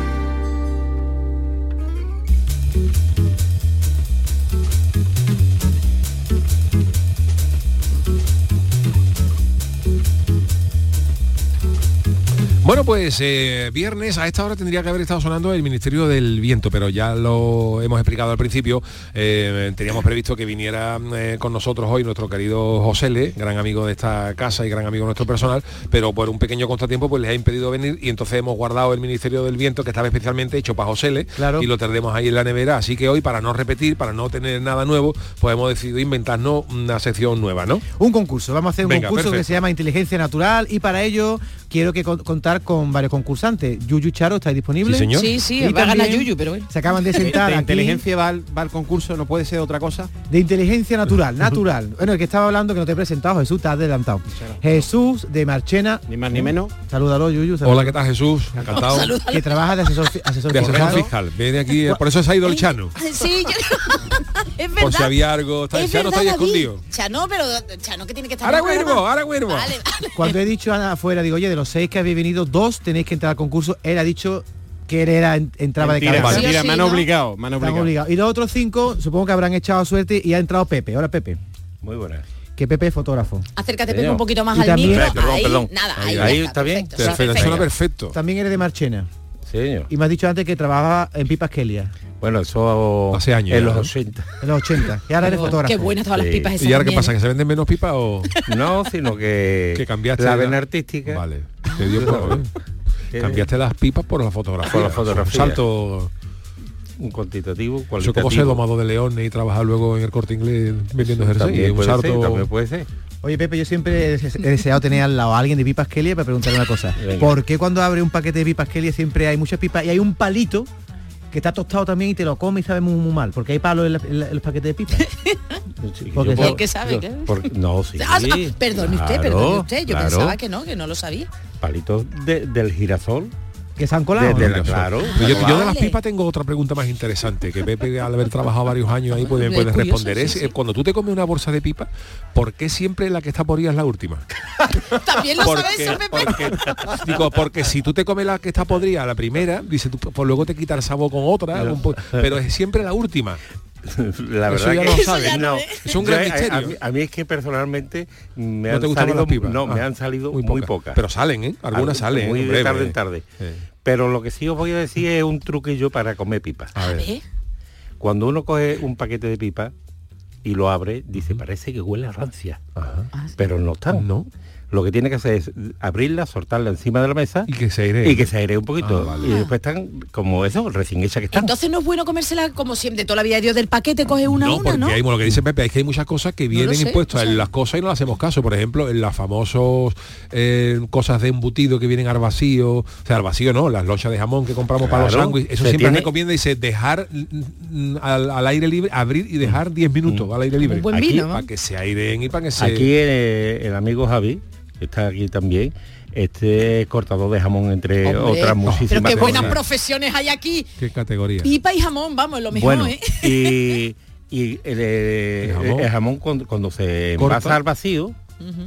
S9: Bueno, pues eh, viernes a esta hora tendría que haber estado sonando el Ministerio del Viento, pero ya lo hemos explicado al principio. Eh, teníamos previsto que viniera eh, con nosotros hoy nuestro querido José Le, gran amigo de esta casa y gran amigo nuestro personal, pero por un pequeño contratiempo pues les ha impedido venir y entonces hemos guardado el Ministerio del Viento que estaba especialmente hecho para José Le
S11: Claro.
S9: y lo tendremos ahí en la nevera. Así que hoy para no repetir, para no tener nada nuevo, pues hemos decidido inventarnos una sección nueva, ¿no?
S11: Un concurso, vamos a hacer un
S9: Venga,
S11: concurso que
S9: perfecto.
S11: se llama Inteligencia Natural y para ello quiero que con- contar con varios concursantes. Yuyu Charo, ¿estáis disponibles?
S18: Sí, sí,
S11: Y
S18: va a ganar
S11: también
S18: Yuyu, pero bueno.
S11: Se acaban de sentar
S19: De
S11: aquí-
S19: inteligencia va al, va al concurso, no puede ser otra cosa.
S11: De inteligencia natural, natural. Bueno, el que estaba hablando que no te he presentado, Jesús, te has adelantado. Jesús de Marchena. Ni más
S19: ni menos.
S11: Salúdalo, Yuyu.
S9: Hola, ¿qué tal Jesús? Encantado.
S11: Que trabaja de asesor, fi- asesor
S9: De asesor
S11: fiscal.
S9: fiscal. Viene aquí, eh, por eso se ha ido el Chano.
S18: Sí, yo- es verdad.
S9: Por si había algo. Está,
S18: Es
S9: Chano está ahí
S18: verdad, David.
S9: escondido.
S18: Chano, pero Chano que tiene que estar.
S9: Ahora
S18: en el
S9: vuelvo,
S18: programa.
S9: ahora vuelvo.
S11: Cuando he dicho a- afuera, digo, oye, de los seis que habéis venido, dos tenéis que entrar al concurso. Él ha dicho que él era, en- entraba
S19: Mentira,
S11: de cabeza.
S19: mentira, Sí o sí, me han ¿no? obligado, me han
S11: Están
S19: obligado.
S11: obligados. Y los otros cinco supongo que habrán echado suerte y ha entrado Pepe. Ahora Pepe,
S19: Muy buena.
S11: que Pepe es fotógrafo.
S18: Acércate
S11: Señor.
S18: Pepe, un poquito más
S11: Y
S18: al
S11: también-
S18: micro.
S11: Perdón,
S18: ahí,
S11: perdón.
S18: Nada,
S11: Ahí,
S18: ahí,
S11: ahí
S18: ya
S11: está bien.
S18: suena
S11: Perfecto, suena
S9: perfecto.
S11: También eres de Marchena.
S20: Sí, señor.
S11: Y me has dicho antes que trabajaba en Pipas Kelia.
S20: Bueno, eso hace
S9: años
S19: ya,
S20: En los
S11: ¿no?
S20: 80.
S11: En los 80. Y ahora eres
S20: Pero,
S11: fotógrafo.
S20: qué buenas todas las Sí. pipas esas
S9: ¿Y ahora qué
S20: también.
S9: pasa? ¿Que se venden menos pipas o...?
S20: No, sino que,
S9: Que cambiaste
S20: la
S9: la-
S20: vena artística.
S9: Vale. Te dio por- Cambiaste las pipas por la fotografía.
S20: Por la fotografía.
S9: Un salto...
S20: un cuantitativo,
S9: Eso
S20: cualitativo.
S9: como ser domado de leones y trabajar luego en el corte inglés vendiendo jersey.
S20: También
S9: un
S20: puede
S9: salto...
S20: ser, también puede ser.
S11: Oye Pepe, yo siempre he des- he deseado tener al lado a alguien de pipas Kelly para preguntarle una cosa.
S20: Venga.
S11: ¿Por qué cuando abre un paquete de pipas Kelly siempre hay muchas pipas y hay un palito que está tostado también y te lo come y sabe muy, muy mal? Porque hay palos en, la- en la- en los paquetes de pipas.
S20: Yo
S11: sabe-
S20: por- yo- por- no, sí.
S18: Ah, perdone usted, perdone
S20: claro,
S18: usted. Yo
S20: claro.
S18: pensaba que no, que no lo sabía.
S20: Palitos de- del girasol.
S11: Que se han
S20: De,
S11: colado.
S20: de
S11: ¿no?
S20: la- claro.
S9: Pero yo, yo de las
S20: Vale.
S9: pipas tengo otra pregunta más interesante que Pepe al haber trabajado varios años ahí puede,
S20: Es
S9: puede
S20: curioso,
S9: responder.
S20: sí,
S9: es
S20: sí.
S9: eh, cuando tú te comes una bolsa de pipa, ¿por qué siempre la que está por ahí es la última?
S18: También lo
S9: Porque-
S18: sabes, eso, Pepe.
S9: Digo, porque si tú te comes la que está podrida, la primera, dice tú, pues luego te quita el sabor con otra,
S20: No.
S9: un po- pero es siempre la última.
S20: La
S9: Eso
S20: verdad
S9: ya
S20: que
S9: lo Eso sabes. ya no. Es un
S20: Yo,
S9: gran
S20: a- a
S9: misterio.
S20: mí- A, mí es que personalmente me
S9: ¿No
S20: han
S9: te gustaban
S20: salido
S9: las pipas?
S20: no, me
S9: Ah,
S20: han salido
S9: muy
S20: muy pocas.
S9: pocas. Pero salen, ¿eh? Algunas
S20: Algo-
S9: salen, Eh,
S20: Muy
S9: en
S20: de
S9: breve.
S20: tarde en tarde. Pero lo que sí os voy a decir es un truquillo para comer pipas.
S9: A ver.
S11: ¿Eh?
S20: Cuando uno coge un paquete de pipa y lo abre, dice, parece que huele a rancia.
S18: Ah,
S20: Pero no están.
S9: No.
S20: Lo que tiene que hacer es abrirla, soltarla encima de la mesa y que se aire y que se airee un poquito.
S9: Ah,
S20: Y después están como eso, recién hecha que están.
S18: Entonces no es bueno comérsela como siempre, de toda la vida de Dios del paquete, coge una a
S9: No,
S18: una,
S9: porque
S18: ¿no?
S9: hay bueno, lo que dice Pepe, es que hay muchas cosas que
S18: lo
S9: vienen
S18: sé,
S9: impuestas en las cosas y no le hacemos caso. Por ejemplo, en las famosas cosas de embutido que vienen al vacío, o sea, al vacío no, las lonchas de jamón que compramos para los
S20: Claro,
S9: sándwiches. Eso
S20: se
S9: siempre
S20: tiene-
S9: recomienda, dice, dejar mm, mm, al, al aire libre, abrir y
S20: Mm.
S9: dejar 10 minutos al aire libre.
S20: Un buen vino, ¿no?
S9: Para que se aireen y para que se...
S20: Aquí eh, el amigo Javi, que está aquí también, este es cortador de jamón entre
S9: Oh,
S18: Hombre, pero
S20: otras muchísimas
S18: qué buenas
S20: cosas.
S18: profesiones hay aquí.
S9: ¿Qué categoría?
S18: Pipa y jamón, vamos, lo mejor,
S20: Bueno,
S18: ¿eh?
S20: y, y el, eh, el jamón,
S19: jamón.
S20: cuando, cuando se
S19: Corta.
S20: envasa al vacío,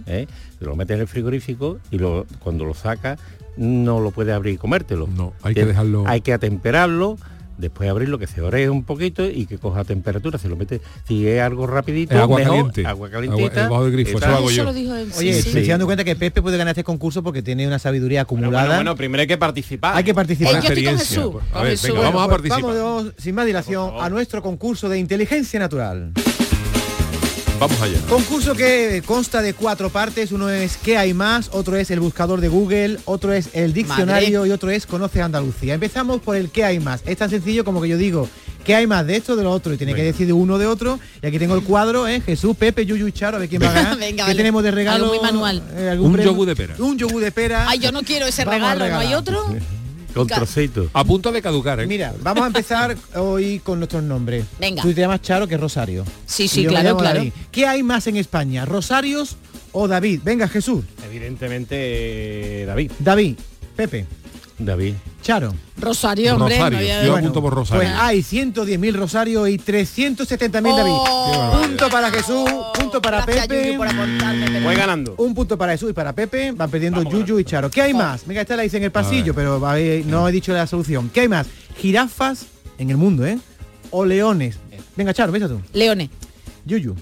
S20: ¿eh? lo metes en el frigorífico y lo, cuando lo sacas no lo puedes abrir y comértelo. No,
S9: hay que dejarlo-
S20: Hay que atemperarlo. Después abrirlo, que se ore un poquito y que coja temperatura, se lo mete, si es algo rapidito,
S9: Es agua
S20: mejor,
S9: caliente.
S20: agua
S9: Agua-
S20: calentita,
S9: es bajo el grifo, eso
S20: tal.
S9: lo hago Eso yo. lo
S18: dijo él,
S11: Oye,
S20: Sí,
S11: me estoy
S20: sí.
S11: dando cuenta que Pepe puede ganar este concurso porque tiene una sabiduría acumulada.
S20: Bueno, bueno, primero hay que participar.
S11: Hay que participar.
S20: Eh, yo estoy con Experiencia. Jesús, A con ver, Jesús. venga, vamos a
S11: Bueno, pues
S20: participar.
S11: Vamos, sin más dilación, a nuestro concurso de inteligencia natural.
S9: Vamos allá.
S11: Concurso que consta de cuatro partes. Uno es ¿Qué hay más? Otro es el buscador de Google. Otro es el diccionario. Y otro es Conoce Andalucía. Empezamos por el ¿Qué hay más? Es tan sencillo como que yo digo ¿Qué hay más de esto o de lo otro? Y tiene que decir de uno o de otro. Y aquí tengo el cuadro, ¿eh? Jesús, Pepe, Yuyu y Charo. A ver quién va a ganar.
S18: Venga,
S11: ¿Qué
S18: vale.
S11: tenemos de
S18: Algo
S11: regalo?
S18: muy manual.
S11: Eh, algún
S9: Un
S11: premio.
S9: yogur de pera.
S11: Un yogur de pera.
S18: Ay, yo no quiero ese
S11: Vamos a
S18: regalo, ¿no hay
S11: regalar.
S18: otro?
S20: Con
S11: Ca-
S20: trocito.
S9: A punto de caducar, ¿eh?
S11: Mira, vamos a empezar hoy con nuestros nombres.
S18: Venga.
S11: Tú te llamas Charo, que es Rosario.
S18: Sí, sí,
S11: Y yo me
S18: claro,
S11: llamo
S18: claro.
S11: David. ¿Qué hay más en España? ¿Rosarios o David? Venga, Jesús.
S19: Evidentemente, eh, David.
S11: David, Pepe.
S20: David.
S11: Charo.
S10: Rosario, hombre.
S9: Rosario,
S10: no había-
S9: yo apunto por Rosario.
S11: Pues hay 110.000 Rosarios y 370.000
S18: Oh.
S10: Oh.
S11: David. Punto para Jesús, punto para Pepe.
S19: Voy ganando.
S11: Un punto para Jesús y para Pepe. Van perdiendo Yuyu y Charo. ¿Qué
S10: Oh.
S11: hay más? Venga, esta la hice en el pasillo, pero va a ver, no he dicho la solución. ¿Qué hay más? Jirafas en el mundo, ¿eh? O leones. Venga, Charo, besa tú.
S10: Leones.
S11: Yuyu.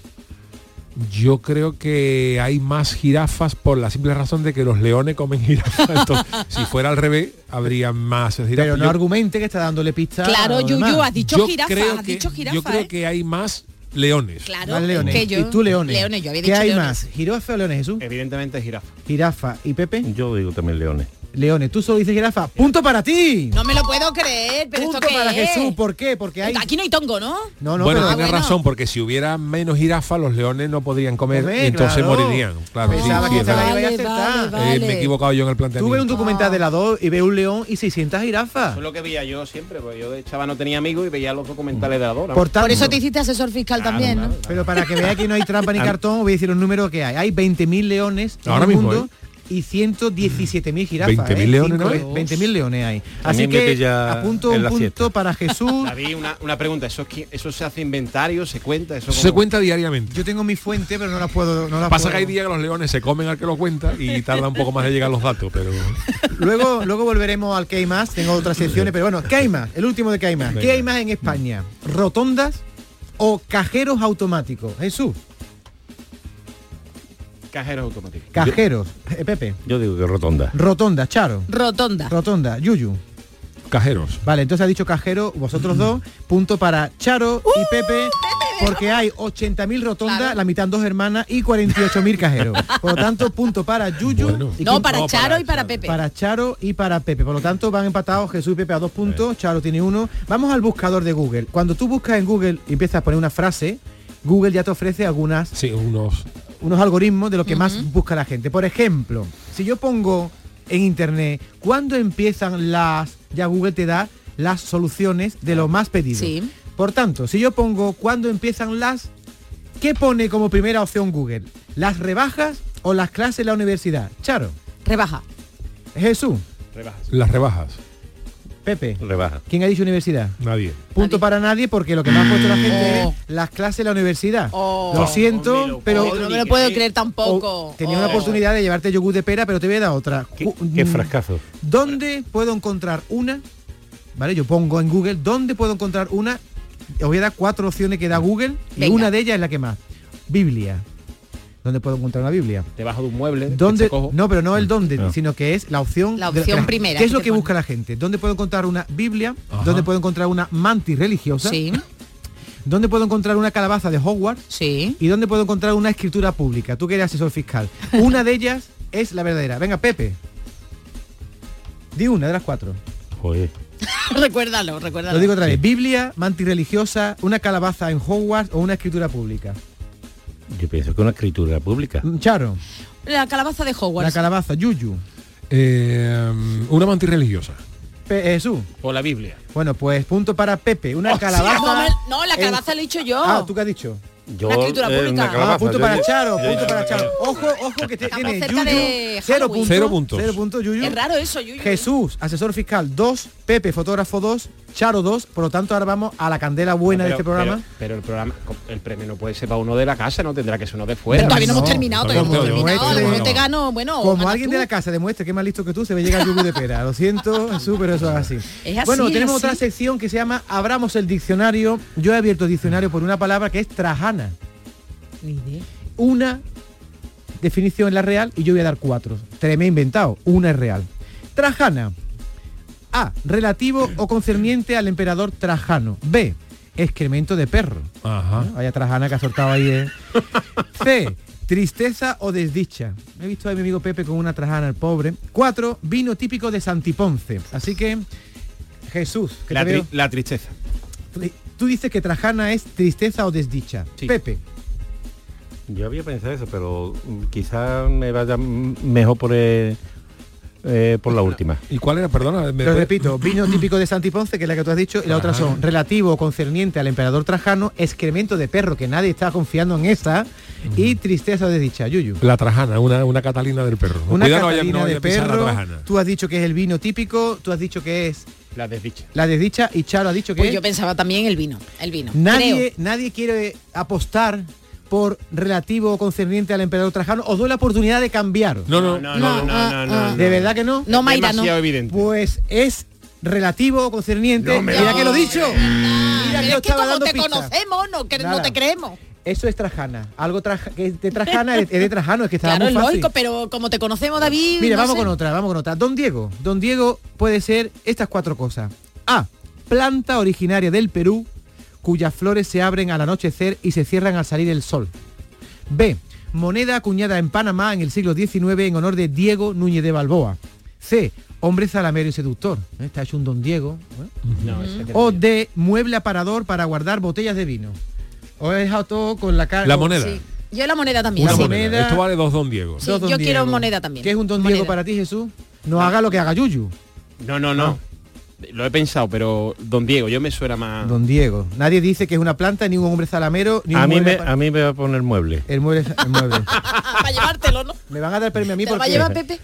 S9: Yo creo que hay más jirafas por la simple razón de que los leones comen jirafas. Entonces, si fuera al revés, habría más jirafas.
S11: Pero no
S9: Yo-
S11: argumente que está dándole pistas.
S10: Claro,
S11: a los
S10: Yuyu,
S11: demás.
S10: has dicho
S9: Yo
S10: jirafa,
S9: creo
S10: has
S9: que-
S10: dicho jirafa.
S9: yo creo
S10: ¿eh?
S9: que hay más leones.
S10: Claro,
S11: Más
S10: es
S11: leones.
S10: que yo-
S11: y tú leones.
S10: Leones, yo había
S11: ¿Qué
S10: dicho
S11: hay
S10: leones.
S11: más? ¿Jirafa o leones, Jesús?
S20: Eh.
S19: Evidentemente es jirafa.
S11: Jirafa. ¿Y Pepe?
S20: Yo digo también leones.
S11: Leones. Tú solo dices jirafa. ¡Punto para ti!
S10: No me lo puedo creer, pero
S11: Punto
S10: esto qué
S11: para
S10: es?
S11: Jesús. ¿Por qué? Porque hay...
S10: Aquí no hay tongo, ¿no?
S11: No, no, pero-
S9: bueno, tiene
S11: Ah, bueno.
S9: razón, porque si hubiera menos jirafas, los leones no podrían comer
S11: Hombre,
S9: y entonces
S11: claro.
S9: morirían. Claro, sí,
S11: Pensaba
S9: sí,
S11: que
S9: es
S11: esta la
S9: verdad.
S11: iba a acertar.
S9: Eh, me he equivocado yo en el
S11: Tú ves
S9: planteamiento.
S11: un documental de la 2 y ves un león y 600 jirafas.
S19: Eso es lo que veía yo siempre, porque yo de chava no tenía amigos y veía los documentales de la Dora.
S11: Por tanto-
S10: Por eso te hiciste asesor fiscal también, ¿no?
S11: Pero para que vea que no hay trampa ni cartón, voy a decir los números que hay. Hay 20.000 leones en
S9: Ahora
S11: el
S9: mismo,
S11: mundo y 117.000 jirafas.
S9: 20.000
S11: ¿eh?
S9: leones,
S11: Cinco
S9: ¿no?
S11: ve- 20.000 leones hay.
S20: A
S11: Así
S20: mí me
S11: que
S20: pilla
S11: apunto
S20: en
S11: un
S20: la
S11: punto
S20: siesta.
S11: para Jesús.
S19: David, una, una pregunta, ¿eso, es que- ¿eso se hace inventario, se cuenta? Eso
S9: Eso se
S19: cómo-
S9: cuenta diariamente.
S11: Yo tengo mi fuente, pero no las puedo... No las
S9: Pasa
S11: puedo-
S9: que hay días que los leones se comen al que lo cuenta y tarda un poco más de llegar los datos, pero
S11: Luego, luego volveremos al que hay más. Tengo otras secciones, pero bueno, ¿qué hay más? El último de que hay más. ¿Qué
S9: Venga.
S11: hay más en España? ¿Rotondas o cajeros automáticos? Jesús,
S19: Cajeros automáticos.
S11: cajeros. Eh, Pepe.
S20: Yo digo que rotonda.
S11: Rotondas, Charo.
S10: Rotonda.
S11: Rotonda, Yuyu.
S9: cajeros.
S11: Vale, entonces ha dicho cajero, vosotros dos, punto para Charo
S10: Uh,
S11: y Pepe, porque hay 80.000 rotondas, la mitad dos hermanas y 48.000 cajeros. Por lo tanto, punto para Yuyu. y
S10: No,
S11: quinto-
S10: para Charo y para Pepe.
S11: Para Charo y para Pepe. Por lo tanto, van empatados Jesús y Pepe a dos puntos. Charo tiene uno. Vamos al buscador de Google. Cuando tú buscas en Google y empiezas a poner una frase, Google ya te ofrece algunas,
S9: Sí, unos
S11: unos algoritmos de lo que más busca la gente. Por ejemplo, si yo pongo en internet, ¿cuándo empiezan las? Ya Google te da las soluciones de lo más pedido.
S10: Sí.
S11: Por tanto, si yo pongo ¿cuándo empiezan las? ¿Qué pone como primera opción Google? ¿Las rebajas o las clases en la universidad? Charo.
S10: Rebaja.
S11: Jesús.
S19: Rebajas.
S9: las rebajas.
S11: Pepe.
S20: Rebaja.
S11: ¿Quién ha dicho universidad?
S9: Nadie.
S11: Punto para nadie porque lo que más ha puesto la gente es las clases en la universidad. Lo siento, pero
S10: no Oh. me lo puedo creer tampoco. Oh.
S11: o- tenía una oportunidad de llevarte yogur de pera, pero te voy a dar otra. Ju-
S20: Qué
S11: mm,
S20: frascazo.
S11: ¿Dónde puedo encontrar una? Vale, yo pongo en Google, ¿dónde puedo encontrar una? Os voy a dar cuatro opciones que da Google y
S10: Venga.
S11: una de ellas es la que más. Biblia. ¿Dónde puedo encontrar una Biblia?
S19: Debajo de un mueble.
S11: ¿Dónde?
S19: que se cojo.
S11: No, pero no el dónde, sino que es la opción.
S10: La
S11: de-
S10: opción
S11: espera,
S10: primera
S11: ¿Qué es
S10: que
S11: lo
S10: te
S11: que
S10: pone?
S11: busca la gente? ¿Dónde puedo encontrar una Biblia?
S9: Ajá.
S11: ¿Dónde puedo encontrar una mantis religiosa?
S10: Sí.
S11: ¿Dónde puedo encontrar una calabaza de Hogwarts?
S10: Sí.
S11: ¿Y dónde puedo encontrar una escritura pública? Tú que eres asesor fiscal. Una de ellas es la verdadera. Venga, Pepe. Di una de las cuatro.
S20: Joder.
S10: recuérdalo, recuérdalo.
S11: Lo digo otra vez. Biblia, mantis religiosa, una calabaza en Hogwarts o una escritura pública.
S20: Yo pienso que una escritura pública.
S11: Mm, Charo,
S10: La calabaza de
S11: la
S10: Hogwarts.
S11: calabaza, Yuyu,
S9: Eh, una mantis religiosa.
S11: Pe- Jesús.
S19: O la Biblia.
S11: Bueno, pues punto para Pepe.
S10: Oh,
S11: Una calabaza.
S10: No, me- no, la
S11: en-
S10: calabaza la he dicho yo.
S11: Ah, ¿tú qué has dicho?
S20: Yo,
S10: Una escritura
S20: eh,
S10: pública.
S20: una calabaza.
S11: Ah, punto
S20: Yo-
S11: para
S20: yo-
S11: Charo,
S20: yo-
S11: punto
S20: yo-
S11: para
S20: yo-
S11: Charo. Ojo, ojo, que te-
S10: Estamos
S11: tiene
S10: cerca
S11: Yuyu,
S10: de
S11: cero
S10: Halloween.
S11: puntos.
S9: Cero puntos.
S11: Cero puntos, Yuyu.
S10: Es raro eso, Yuyu. ¿eh?
S11: Jesús, asesor fiscal 2, Pepe, fotógrafo 2, Charo 2. Por lo tanto, ahora vamos a la candela buena de
S19: Pero-
S11: este programa.
S19: Pero, pero el programa, el premio no puede ser para uno de la casa, no tendrá que ser uno de fuera.
S10: Todavía no,
S11: No,
S10: hemos terminado, todavía no hemos
S11: todavía no,
S10: terminado. A lo
S11: todavía
S10: mejor
S11: no.
S10: te gano, bueno,
S11: Como
S10: gana
S11: alguien
S10: tú.
S11: de la casa demuestre que es más listo que tú, se me llega el yugo de pera. Lo siento, Jesús, pero eso es así.
S10: Es así,
S11: bueno,
S10: es
S11: tenemos
S10: así.
S11: otra sección que se llama Abramos el diccionario. Yo he abierto el diccionario por una palabra que es trajana.
S10: Ni idea.
S11: una definición es la real y yo voy a dar cuatro. Tres me he inventado, una es real. Trajana. A. Relativo o concerniente al emperador Trajano. B. Excremento de perro.
S9: Ajá.
S11: Vaya Trajana que ha soltado ahí. ¿eh? C. Tristeza o desdicha. He visto a mi amigo Pepe con una trajana, el pobre. Cuatro, Vino típico de Santiponce. Así que, Jesús, que
S19: La,
S11: te
S19: tri-
S11: veo-
S19: la tristeza.
S11: tri- Tú dices que trajana es tristeza o desdicha.
S19: Sí.
S11: Pepe.
S20: Yo había pensado eso, pero mm, quizá me vaya mm, mejor por el, eh, por la última.
S9: ¿Y cuál era? Perdona, me
S11: Lo repito, vino típico de Santi Ponce, que es la que tú has dicho, y la otra son relativo o concerniente al emperador Trajano, excremento de perro, que nadie está confiando en esa, y tristeza de dicha, Yuyu.
S9: La trajana, una, una catalina del perro.
S11: Una
S9: Cuidado, no vaya-
S11: catalina
S9: no vaya
S11: de
S9: a pisar la
S11: perro,
S9: trajana.
S11: tú has dicho que es el vino típico, tú has dicho que es
S20: La desdicha.
S11: la desdicha, y Charo ha dicho que
S10: Pues
S11: es-
S10: yo pensaba también el vino, el vino. Creo.
S11: ¿Eh? nadie, nadie quiere apostar por relativo o concerniente al emperador Trajano, os doy la oportunidad de cambiar.
S20: No, no, no, no, no, no, no, no.
S11: ¿De verdad que no?
S10: ah, No, Mayra, no. Demasiado
S20: evidente.
S11: Pues es relativo o concerniente.
S10: me
S11: Mira
S10: lo
S11: que lo he dicho. Mira
S10: Ah, Pero
S11: que yo
S10: es que
S11: estaba
S10: como
S11: dando
S10: te
S11: pistas.
S10: conocemos, no, que no
S11: Nada.
S10: te creemos.
S11: Eso es Trajana. Algo traja- que es de Trajana es es de Trajano, es que estaba
S10: Claro, es
S11: muy fácil.
S10: lógico, pero como te conocemos, David.
S11: Mira,
S10: no
S11: vamos
S10: sé.
S11: con otra, vamos con otra. Don Diego. Don Diego puede ser estas cuatro cosas. A. Planta originaria del Perú, cuyas flores se abren al anochecer y se cierran al salir el sol. B. Moneda acuñada en Panamá en el siglo XIX en honor de Diego Núñez de Balboa. C. Hombre zalamero y seductor. ¿eh? Está hecho un don Diego. ¿eh?
S20: No, ese que-
S11: O D. Mueble aparador para guardar botellas de vino. Os he dejado todo con la cara.
S9: La moneda. Sí.
S10: Yo la moneda también.
S9: Una
S10: sí.
S9: moneda. Esto vale dos don Diego.
S10: Sí, yo quiero moneda Ah. también.
S11: ¿Qué es un don Diego para ti, Jesús? No haga lo que haga Yuyu.
S20: No, no, no. Lo he pensado, pero don Diego, yo me suena más.
S11: Don Diego. Nadie dice que es una planta, ni un hombre zalamero, ni un
S20: Ah. A mí,
S11: mueble
S20: me,
S11: para-
S20: a mí me va a poner mueble.
S11: El mueble, el mueble.
S10: Para llevártelo, ¿no?
S11: Me van a dar premio a mí
S10: Te lo va a
S11: porque
S10: llevar Pepe.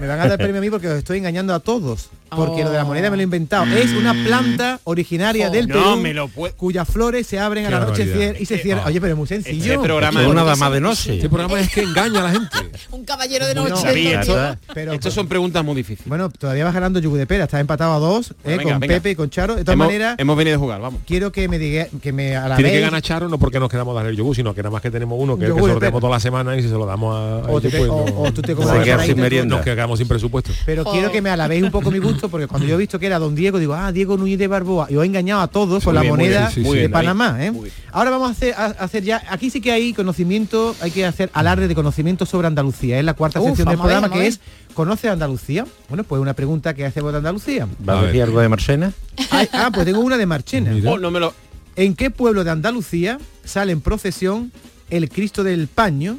S11: me van a dar premio a mí porque os estoy engañando a todos. Porque
S10: Oh.
S11: lo de la moneda me lo he inventado. Es una planta originaria del
S20: No
S11: Perú
S20: me lo
S11: cuyas flores se abren a la
S20: Qué
S11: noche
S20: barbaridad. Eh, oh.
S11: cier- y se cierran. Oye, pero es muy sencillo.
S20: Este programa es una dama de noche. Este
S9: programa es que engaña a la gente.
S10: Un caballero de
S11: Bueno,
S10: noche.
S11: David,
S10: Don
S11: esto-
S10: Diego.
S11: pero-
S20: Estas son preguntas muy difíciles.
S11: Bueno, todavía vas ganando Yugu de Pera, estás empatado a dos, eh,
S20: venga,
S11: con
S20: venga.
S11: Pepe y con Charo. De todas
S20: hemos,
S11: maneras,
S20: hemos venido a jugar, vamos.
S11: quiero que me diga, que me alabéis.
S9: Tiene que ganar Charo no porque nos quedamos a dar el yogur, sino que nada más que tenemos uno que, es el que
S11: Yogur de
S9: sorteamos
S11: perro.
S9: toda la semana y si se lo damos a a
S11: O te-
S9: ellos, pues,
S11: o-
S9: no-
S11: o tú te comes
S9: no podemos.
S11: por ahí, te-
S9: Nos quedamos sin presupuesto.
S11: Pero quiero que me alabéis un poco mi gusto, porque cuando yo he visto que era Don Diego, digo, ah, Diego Núñez de Barboa, y os he engañado a todos con
S9: Muy
S11: la
S9: bien, muy
S11: moneda
S9: bien, sí, sí,
S11: de
S9: bien, David.
S11: Panamá. ¿eh? Ahora vamos a hacer, a- a hacer ya, aquí sí que hay conocimiento, hay que hacer alarde de conocimiento sobre Andalucía. Es la cuarta
S10: Uf,
S11: sección del
S10: vamos a ¿eh? ver,
S11: programa que
S10: vamos
S11: es, ¿conoce Andalucía? Bueno, pues una pregunta que hacemos de Andalucía.
S20: ¿Va a decir algo de Marcena?
S11: Ay, ah, pues tengo una de Marchena.
S20: Oh, no me lo.
S11: ¿En qué pueblo de Andalucía sale en procesión el Cristo del Paño,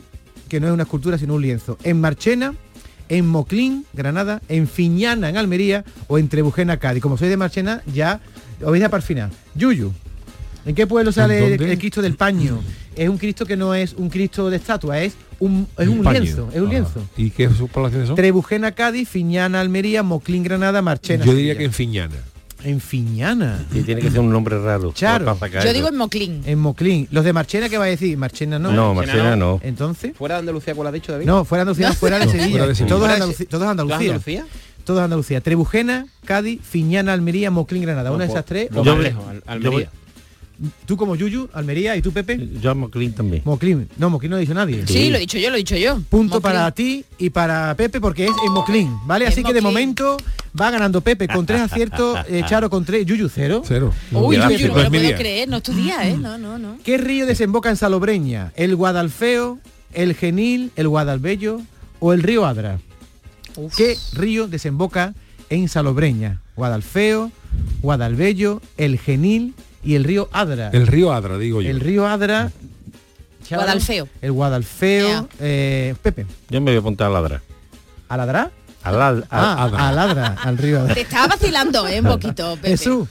S11: que no es una escultura sino un lienzo? ¿En Marchena, en Moclín, Granada, en Fiñana, en Almería o en Trebujena, Cádiz? Como soy de Marchena, ya os voy a dar para el final. Yuyu, ¿en qué pueblo sale el,
S9: dónde?
S11: el Cristo del Paño? Es un Cristo que no es un Cristo de estatua, es un, es un
S9: paño. Ah,
S11: lienzo, es un
S9: Ajá.
S11: lienzo.
S9: ¿Y qué poblaciones son?
S11: Trebujena, Cádiz, Fiñana, Almería, Moclín, Granada, Marchena.
S9: Yo diría que en Fiñana.
S11: En Fiñana.
S20: Y tiene que ser un nombre raro.
S11: Charo.
S20: para sacar
S10: Yo
S20: eso.
S10: digo en Moclín.
S11: En Moclín. ¿Los de Marchena qué va a decir? Marchena no.
S20: No,
S19: Ah,
S20: Marchena no.
S11: Entonces.
S20: ¿Fuera de Andalucía, cuál has dicho, David?
S11: No, fuera de Andalucía, no, fuera de
S20: No,
S11: Sevilla.
S20: fuera de Sevilla.
S11: Todos,
S20: Fuera de
S11: Andalucía,
S20: Se-
S11: todos Andalucía.
S20: ¿Todos Andalucía?
S11: Todos Andalucía. Trebujena, Cádiz, Fiñana, Almería, Moclín, Granada. Una de esas tres.
S20: Yo, voy- yo voy-
S11: Tú como Yuyu, Almería y tú Pepe.
S20: yo a Moclín también.
S11: Moclín. No, Moclín no lo ha dicho nadie.
S10: Sí, lo he dicho yo, lo he dicho yo.
S11: Punto para ti y para Pepe porque es en Moclín, ¿vale? Así que de momento va ganando Pepe con tres aciertos, eh, Charo con tres, Yuyu cero.
S9: Cero.
S10: Uy,
S11: Gracias,
S10: Yuyu, no
S11: pues,
S10: me lo
S11: mi
S10: puedo
S11: día.
S10: creer, no es tu día, ¿eh? No, no, no.
S11: ¿Qué río desemboca en Salobreña? ¿El Guadalfeo, el Genil, el Guadalbello o el río Adra? ¿Qué río desemboca en Salobreña? Guadalfeo, Guadalbello, el Genil y el río Adra.
S9: El río Adra, digo yo.
S11: El río Adra. Charo,
S10: Guadalfeo.
S11: El Guadalfeo. eh, Pepe,
S20: Yo me voy a apuntar a ladra.
S11: ¿Aladra?
S20: A la- a-
S11: Ah,
S20: Adra.
S11: Aladra, al río Adra.
S10: Te estaba vacilando, ¿eh? Un poquito, Pepe.
S11: Jesús,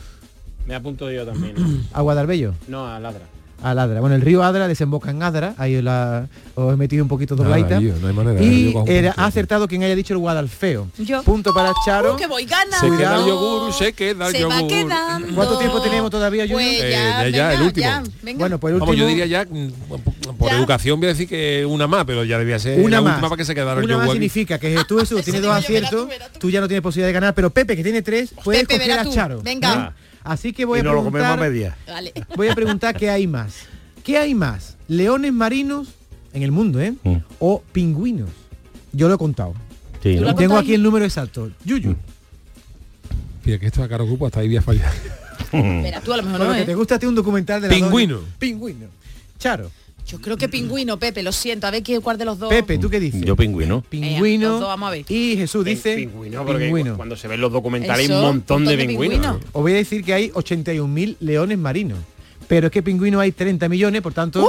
S20: Me apunto yo también.
S11: a Guadalbello.
S20: No, a ladra.
S11: Aladra. Bueno, el río Adra desemboca en Adra. Ahí la, os he metido un poquito dobladita.
S9: Nada, tío, no hay manera. Yo
S11: Y
S9: cojo un
S11: era,
S9: punto.
S11: ha acertado quien haya dicho el Guadalfeo.
S10: Yo.
S11: Punto para Charo.
S10: Uh, que voy ganando.
S9: Se queda el yogur, se queda el
S10: Se va
S9: yogur.
S10: quedando.
S11: ¿Cuánto tiempo tenemos todavía, Junior?
S10: Pues ya,
S9: Eh, ya, ya,
S10: venga,
S9: el último.
S10: ya, venga.
S11: Bueno, pues el último.
S9: Vamos, yo diría ya, mm, por educación voy a decir que una más, pero ya debía ser
S11: una
S9: eh, la
S11: más.
S9: última para que se quedara el
S11: una más
S9: yogur aquí.
S11: significa que tú Jesús tienes dos aciertos, tú ya no tienes posibilidad de ganar, pero Pepe que tiene tres puede
S10: Pepe,
S11: escoger
S10: verá
S11: a
S10: tú.
S11: Charo. Mm.
S10: Venga.
S11: ¿eh? Así que voy
S20: Y
S11: a
S20: nos lo comemos a
S11: preguntar.
S20: media.
S10: Vale.
S11: Voy a preguntar qué hay más. ¿Qué hay más? Leones marinos en el mundo, ¿eh?
S9: Mm.
S11: O pingüinos. Yo lo he contado.
S20: Sí, ¿no?
S11: Tengo aquí el número exacto. Yuyu.
S9: Mira, que esto a caro grupo hasta ahí voy a fallar.
S10: Verá tú a lo mejor
S11: Con
S10: no,
S11: lo que
S10: ¿eh?
S11: te gusta tiene un documental de la
S9: Pingüino.
S11: doña. Pingüino. Charo.
S10: Yo creo que pingüino, Pepe, lo siento. A ver qué- cuál de los dos.
S11: Pepe, ¿tú qué dices?
S20: Yo pingüino.
S10: Eh,
S11: Pingüino.
S10: los dos, vamos a ver.
S11: y Jesús dice
S20: Pingüino, porque
S11: pingüino.
S20: cuando se ven los documentales hay
S10: Eso,
S20: un montón de
S10: montón de
S20: pingüinos.
S11: Os voy a decir
S10: ¡Oh,
S11: que hay 81.000 leones marinos. Pero es que pingüino hay 30 millones, por tanto,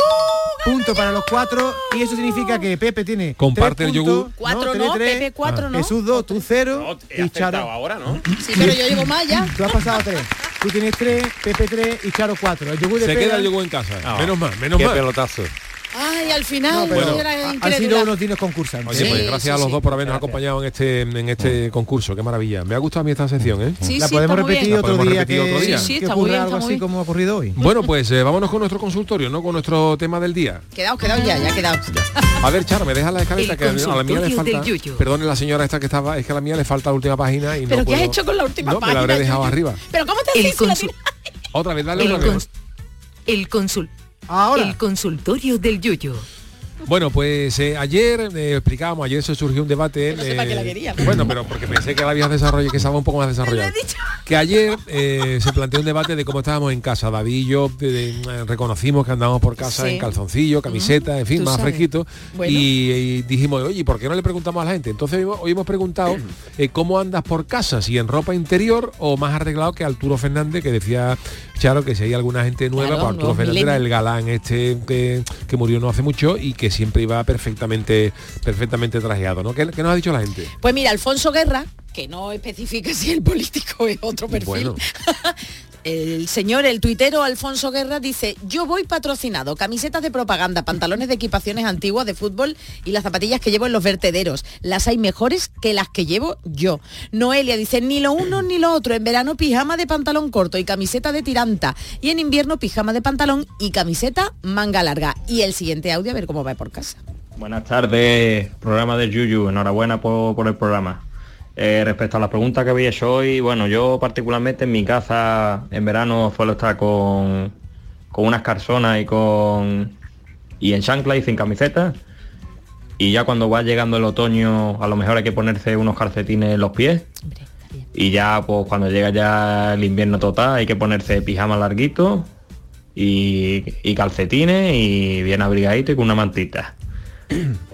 S11: punto para los cuatro y eso significa que Pepe tiene
S9: Comparte
S11: tres
S9: el
S11: puntos,
S9: yogur.
S10: Cuatro
S11: tiene
S10: no,
S11: tres,
S10: Pepe cuatro no.
S11: Jesús dos, tú cero
S19: he
S11: y Charo.
S19: acertado ahora, ¿no?
S10: Sí, pero yo llevo más ya.
S11: Tú has pasado tres. Tú tienes tres, Pepe tres y Charo cuatro. El yogur de
S9: Se
S11: Pepe-
S9: queda el yogur en casa. Menos mal, menos
S19: Ah, Qué
S9: mal.
S19: pelotazo.
S10: Ay, al final,
S11: No, pero
S10: eso era
S11: ha- han
S10: increíble.
S11: sido unos dinos concursantes.
S9: Oye, pues gracias a los dos por habernos acompañado en este, en este concurso. Qué maravilla. Me ha gustado a mí esta sección, ¿eh?
S11: la podemos repetir
S9: La
S11: otro
S9: podemos
S11: día
S9: repetir
S11: que,
S9: otro día.
S11: que ocurra algo así como ha ocurrido hoy.
S9: Bueno, pues eh, vámonos con nuestro consultorio, ¿no? Con nuestro tema del día.
S10: Quedaos, quedaos ya, ya quedaos.
S9: A ver, Charo, me deja la escaleta
S10: El
S9: que a mí- a la mía le
S10: consultorio
S9: falta.
S10: del Yuyu.
S9: Perdone la señora esta que estaba, es que a la mía le falta la última página y
S10: ¿Pero
S9: no
S10: qué has
S9: puedo-
S10: hecho con la última
S9: No, me
S10: página?
S9: la habré dejado arriba.
S10: ¿Pero cómo te haces la tira-
S9: Otra vez, dale
S7: El
S9: otra vez.
S7: cons- El consul. El consultorio del Yuyo.
S9: Bueno, pues eh, ayer eh, explicábamos, ayer se surgió un debate. eh, Bueno, pero porque pensé que la habías desarrollado, que estaba un poco más desarrollado. Que ayer eh, se planteó un debate de cómo estábamos en casa. David y yo de- de- eh, reconocimos que andábamos por casa
S1: Sí.
S9: en calzoncillo, camiseta, en fin,
S1: Tú
S9: más
S1: sabes.
S9: fresquito.
S1: Bueno.
S9: Y, y dijimos, oye, ¿por qué no le preguntamos a la gente? Entonces hoy hemos- hoy hemos preguntado eh, cómo andas por casa, si en ropa interior o más arreglado que Arturo Fernández, que decía Charo que si hay alguna gente nueva,
S1: Claro,
S9: pues Arturo
S1: nuevos
S9: Fernández era
S1: millennials.
S9: el galán este que, que murió no hace mucho y que siempre iba perfectamente perfectamente trajeado, ¿no? ¿Qué, qué nos ha dicho la gente?
S10: Pues mira, Alfonso Guerra, que no especifica si el político es otro perfil.
S9: Bueno.
S10: El señor, el tuitero Alfonso Guerra dice, yo voy patrocinado, camisetas de propaganda, pantalones de equipaciones antiguas de fútbol y las zapatillas que llevo en los vertederos. Las hay mejores que las que llevo yo. Noelia dice, ni lo uno ni lo otro. En verano pijama de pantalón corto y camiseta de tiranta. Y en invierno pijama de pantalón y camiseta manga larga. Y el siguiente audio, a ver cómo va por casa.
S19: Buenas tardes, programa de Yuyu. Enhorabuena por, por el programa. Eh, respecto a la pregunta que había hecho hoy, bueno, yo particularmente en mi casa en verano suelo estar con, con unas calzonas y con y en chancla y sin camiseta. Y ya cuando va llegando el otoño, a lo mejor hay que ponerse unos calcetines en los pies. Y ya pues cuando llega ya el invierno total hay que ponerse pijama larguito y, y calcetines y bien abrigadito y con una mantita.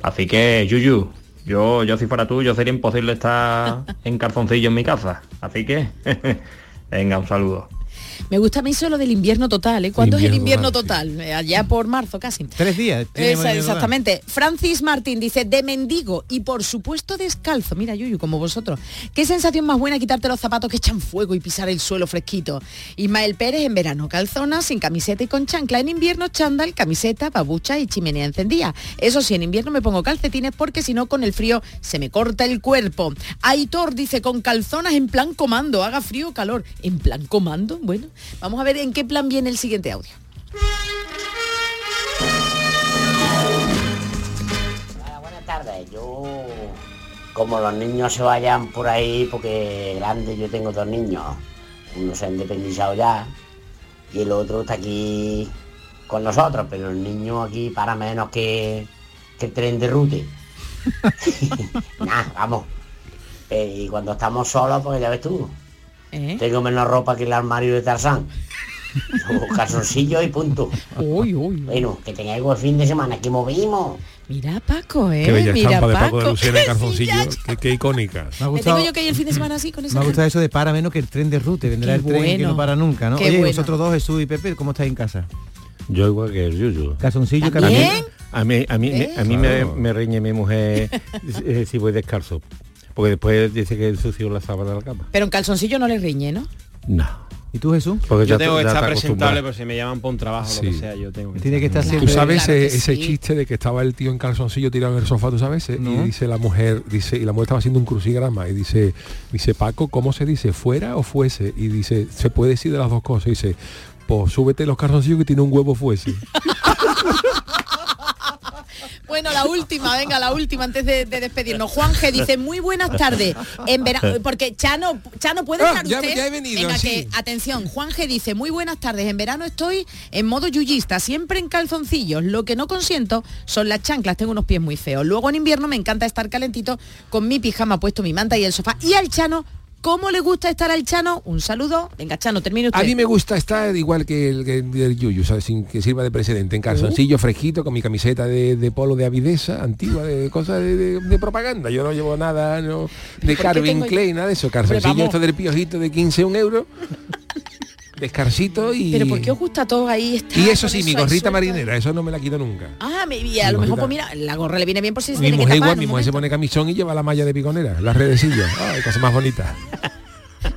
S19: Así que, Yuyu, yo, yo si fuera tú, yo sería imposible estar en calzoncillo en mi casa. Así que, venga, un saludo.
S10: Me gusta a mí solo del invierno total, ¿eh? ¿Cuándo es el
S19: Invierno
S10: invierno total? Eh, Allá por marzo casi.
S11: Tres días. tiene
S10: Esa-
S11: Manuel Rodán.
S10: exactamente. Francis Martín dice, de mendigo y por supuesto descalzo. Mira, Yuyu, como vosotros. Qué sensación más buena quitarte los zapatos que echan fuego y pisar el suelo fresquito. Ismael Pérez en verano, calzona, sin camiseta y con chancla. En invierno, chándal, camiseta, babucha y chimenea encendida. Eso sí, en invierno me pongo calcetines porque si no, con el frío se me corta el cuerpo. Aitor dice, con calzonas en plan comando, haga frío o calor. En plan comando, bueno. Vamos a ver en qué plan viene el siguiente audio.
S2: tarde. Yo, como los niños se vayan por ahí, porque grande yo tengo dos niños. Uno se ha independizado ya y el otro está aquí con nosotros, pero el niño aquí para menos que, que el tren de rute. Nada, vamos. Eh, y cuando estamos solos, pues ya ves tú.
S10: ¿Eh?
S2: Tengo menos ropa que el armario de Tarzán. Los calzoncillos y punto. Bueno, que tengáis buen fin de semana, que movimos.
S10: Mira Paco, ¿eh?
S9: Qué bella
S10: Mira
S9: estampa de Paco
S10: Paco.
S9: de Lucena en calzoncillo, qué, qué
S11: Me
S9: icónica.
S11: ha
S10: ¿Le tengo
S11: gustado,
S10: yo que ir el fin de semana así con
S11: me
S10: esa
S11: ha
S10: cara?
S11: gustado eso de para menos que el tren de rute. Vendrá
S10: Qué
S11: el tren que
S10: bueno.
S11: no para nunca, ¿no?
S10: Qué
S11: Oye,
S10: bueno.
S11: vosotros dos, Jesús y Pepe, ¿cómo estáis en casa?
S20: Yo igual que el Yuyu.
S11: Calzoncillo,
S20: A mí,
S11: calzoncillo.
S20: a mí, a mí, me- a mí me, me reñe mi mujer eh, si voy descalzo. Porque después dice que ensució la sábana de la cama.
S10: Pero en calzoncillo no le riñe, ¿no?
S11: ¿Y tú, Jesús?
S20: Porque
S19: Yo
S20: Pues ya-
S19: tengo que
S20: ya
S19: estar
S20: está
S19: presentable,
S20: acostumbrado.
S19: pero si me llaman para un trabajo, lo que sea, yo tengo que
S11: Tiene que estar
S9: Tú
S11: siempre...
S9: sabes ese, ese chiste de que estaba el tío en calzoncillo tirado en el sofá, tú sabes, Eh, y dice la mujer, dice, y la mujer estaba haciendo un crucigrama y dice, dice, Paco, ¿cómo se dice? ¿Fuera o fuese? Y dice, se puede decir de las dos cosas, y dice, pues súbete los calzoncillos que tiene un huevo fuese.
S10: Bueno, la última, venga, la última antes de, de despedirnos. Juan G dice, muy buenas tardes. En verano, porque Chano, Chano, ¿puede
S9: Ah,
S10: estar
S9: ya-
S10: usted?
S9: ya he venido,
S10: Venga,
S9: sí.
S10: que- atención, Juan G dice, muy buenas tardes. En verano estoy en modo yuyista, siempre en calzoncillos. Lo que no consiento son las chanclas, tengo unos pies muy feos. Luego en invierno me encanta estar calentito con mi pijama puesto, mi manta y el sofá. Y al Chano, ¿cómo le gusta estar al Chano? Un saludo. Venga, Chano, termine usted.
S9: A mí me gusta estar igual que el, que el Yuyu, ¿sabes? Sin que sirva de precedente. En
S10: Uh.
S9: calzoncillo fresquito, con mi camiseta de, de polo de avideza, antigua, de cosas de, de- de propaganda. Yo no llevo nada no, de
S19: qué
S9: Calvin
S19: tengo-
S9: Klein, nada de eso.
S19: Hombre,
S9: Calzoncillo
S19: vamos.
S9: esto del piojito de 15, un euro. descarsito y...
S10: Pero ¿por qué os gusta todo ahí? estar
S9: Y eso
S10: con
S9: sí, mi
S10: ahí
S9: gorrita
S10: suelto?
S9: marinera, eso no me la quito nunca.
S10: Ah, me- y a lo
S9: Mi
S10: mejor,
S9: gorrita.
S10: pues mira, la gorra le viene bien por si se
S9: Mi
S10: tiene
S9: mujer
S10: que tapar.
S9: igual, mi mujer se pone camisón y lleva la malla de piconera, las redesillas. Ay, cosa más bonita.
S10: ¿no?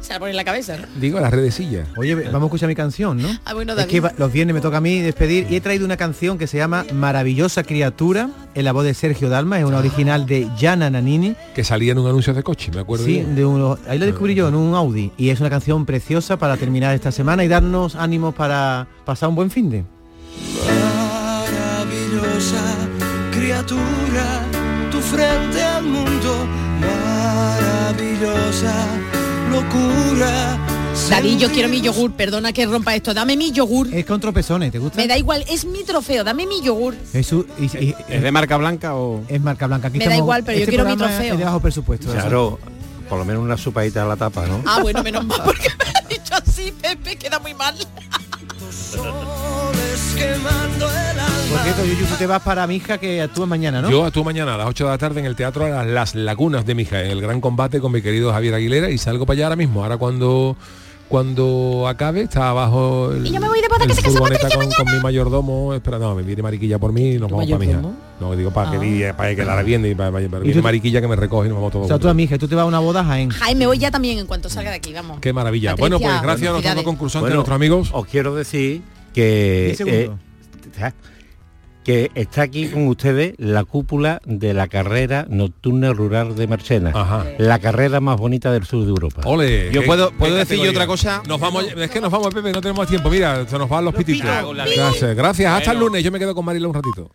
S10: Se la pone en la cabeza, ¿no?
S9: Digo, las redesillas.
S11: Oye, vamos a escuchar mi canción, ¿no?
S10: Ah, bueno,
S11: Es
S10: David.
S11: que va- los viernes me toca a mí despedir y he traído una canción que se llama Maravillosa Criatura, en la voz de Sergio Dalma, es
S10: Ah.
S11: una original de Gianna Nannini.
S9: Que salía en un anuncio de coche, me acuerdo.
S11: Sí,
S9: yo.
S11: de uno, ahí lo descubrí yo, en un Audi. Y es una canción preciosa para terminar esta semana y darnos ánimos para pasar un buen fin de.
S13: maravillosa criatura, tu frente al mundo, maravillosa locura.
S10: David, yo quiero mi yogur, perdona que rompa esto, dame mi yogur.
S9: Eh,
S11: Es con tropezones, ¿te gusta?
S10: Me da igual, es mi trofeo, dame mi yogur.
S11: Es, su- y- y-
S20: ¿Es de marca blanca o...?
S11: es marca blanca. Aquí
S10: Me da
S11: estamos-
S10: igual, pero yo
S11: este
S10: quiero mi
S11: programa
S10: trofeo.
S11: Es de bajo presupuesto.
S20: Claro, por lo menos una sopaita a la tapa, ¿no?
S10: Ah, bueno, menos mal, porque me lo has dicho así, Pepe, queda muy mal.
S11: Por cierto, Yuyu, tú te vas para Mija que actúa mañana, ¿Ah, ¿no?
S9: Yo actúo mañana a las 8 de la tarde en el Teatro a Las Lagunas de Mija, en el gran combate con mi querido Javier Aguilera y salgo para allá ahora mismo. Ahora cuando cuando acabe está abajo el,
S10: Y yo me voy de boda,
S9: el
S10: que se casa
S9: furgoneta
S10: Patricia
S9: con, con mi mayordomo. Espera, no, me viene Mariquilla por mí y nos vamos para Mija.
S11: mayordomo?
S9: No, digo para que,
S11: Ah.
S9: vi- para que la reviende y para, para-
S11: ¿Y tú
S9: viene
S11: te-
S9: Mariquilla que me recoge y nos vamos todos.
S11: O sea,
S9: juntos.
S11: tú a Mija, tú te vas a una boda a Jaén.
S10: Jaime, voy ya también en cuanto salga de aquí, vamos.
S9: Qué maravilla.
S10: Patricia,
S9: bueno, pues gracias a nuestros
S10: felicidades.
S9: dos concursantes,
S20: Bueno,
S9: a nuestros amigos.
S20: Os quiero decir que...
S9: Diez segundos.
S20: eh, que está aquí con ustedes la cúpula de la carrera nocturna rural de Marchena. La carrera más bonita del sur de Europa.
S9: Ole,
S20: Yo
S9: qué-
S20: puedo,
S9: qué
S20: puedo decir
S9: categoría.
S20: yo otra cosa.
S9: Nos vamos, es que nos vamos, Pepe, no tenemos tiempo. Mira, se nos van los, pititos.
S20: pitos. Ah, con la
S9: Gracias,
S20: lengua.
S9: gracias. Hasta el
S20: Bueno.
S9: lunes. Yo me quedo con Marila un ratito.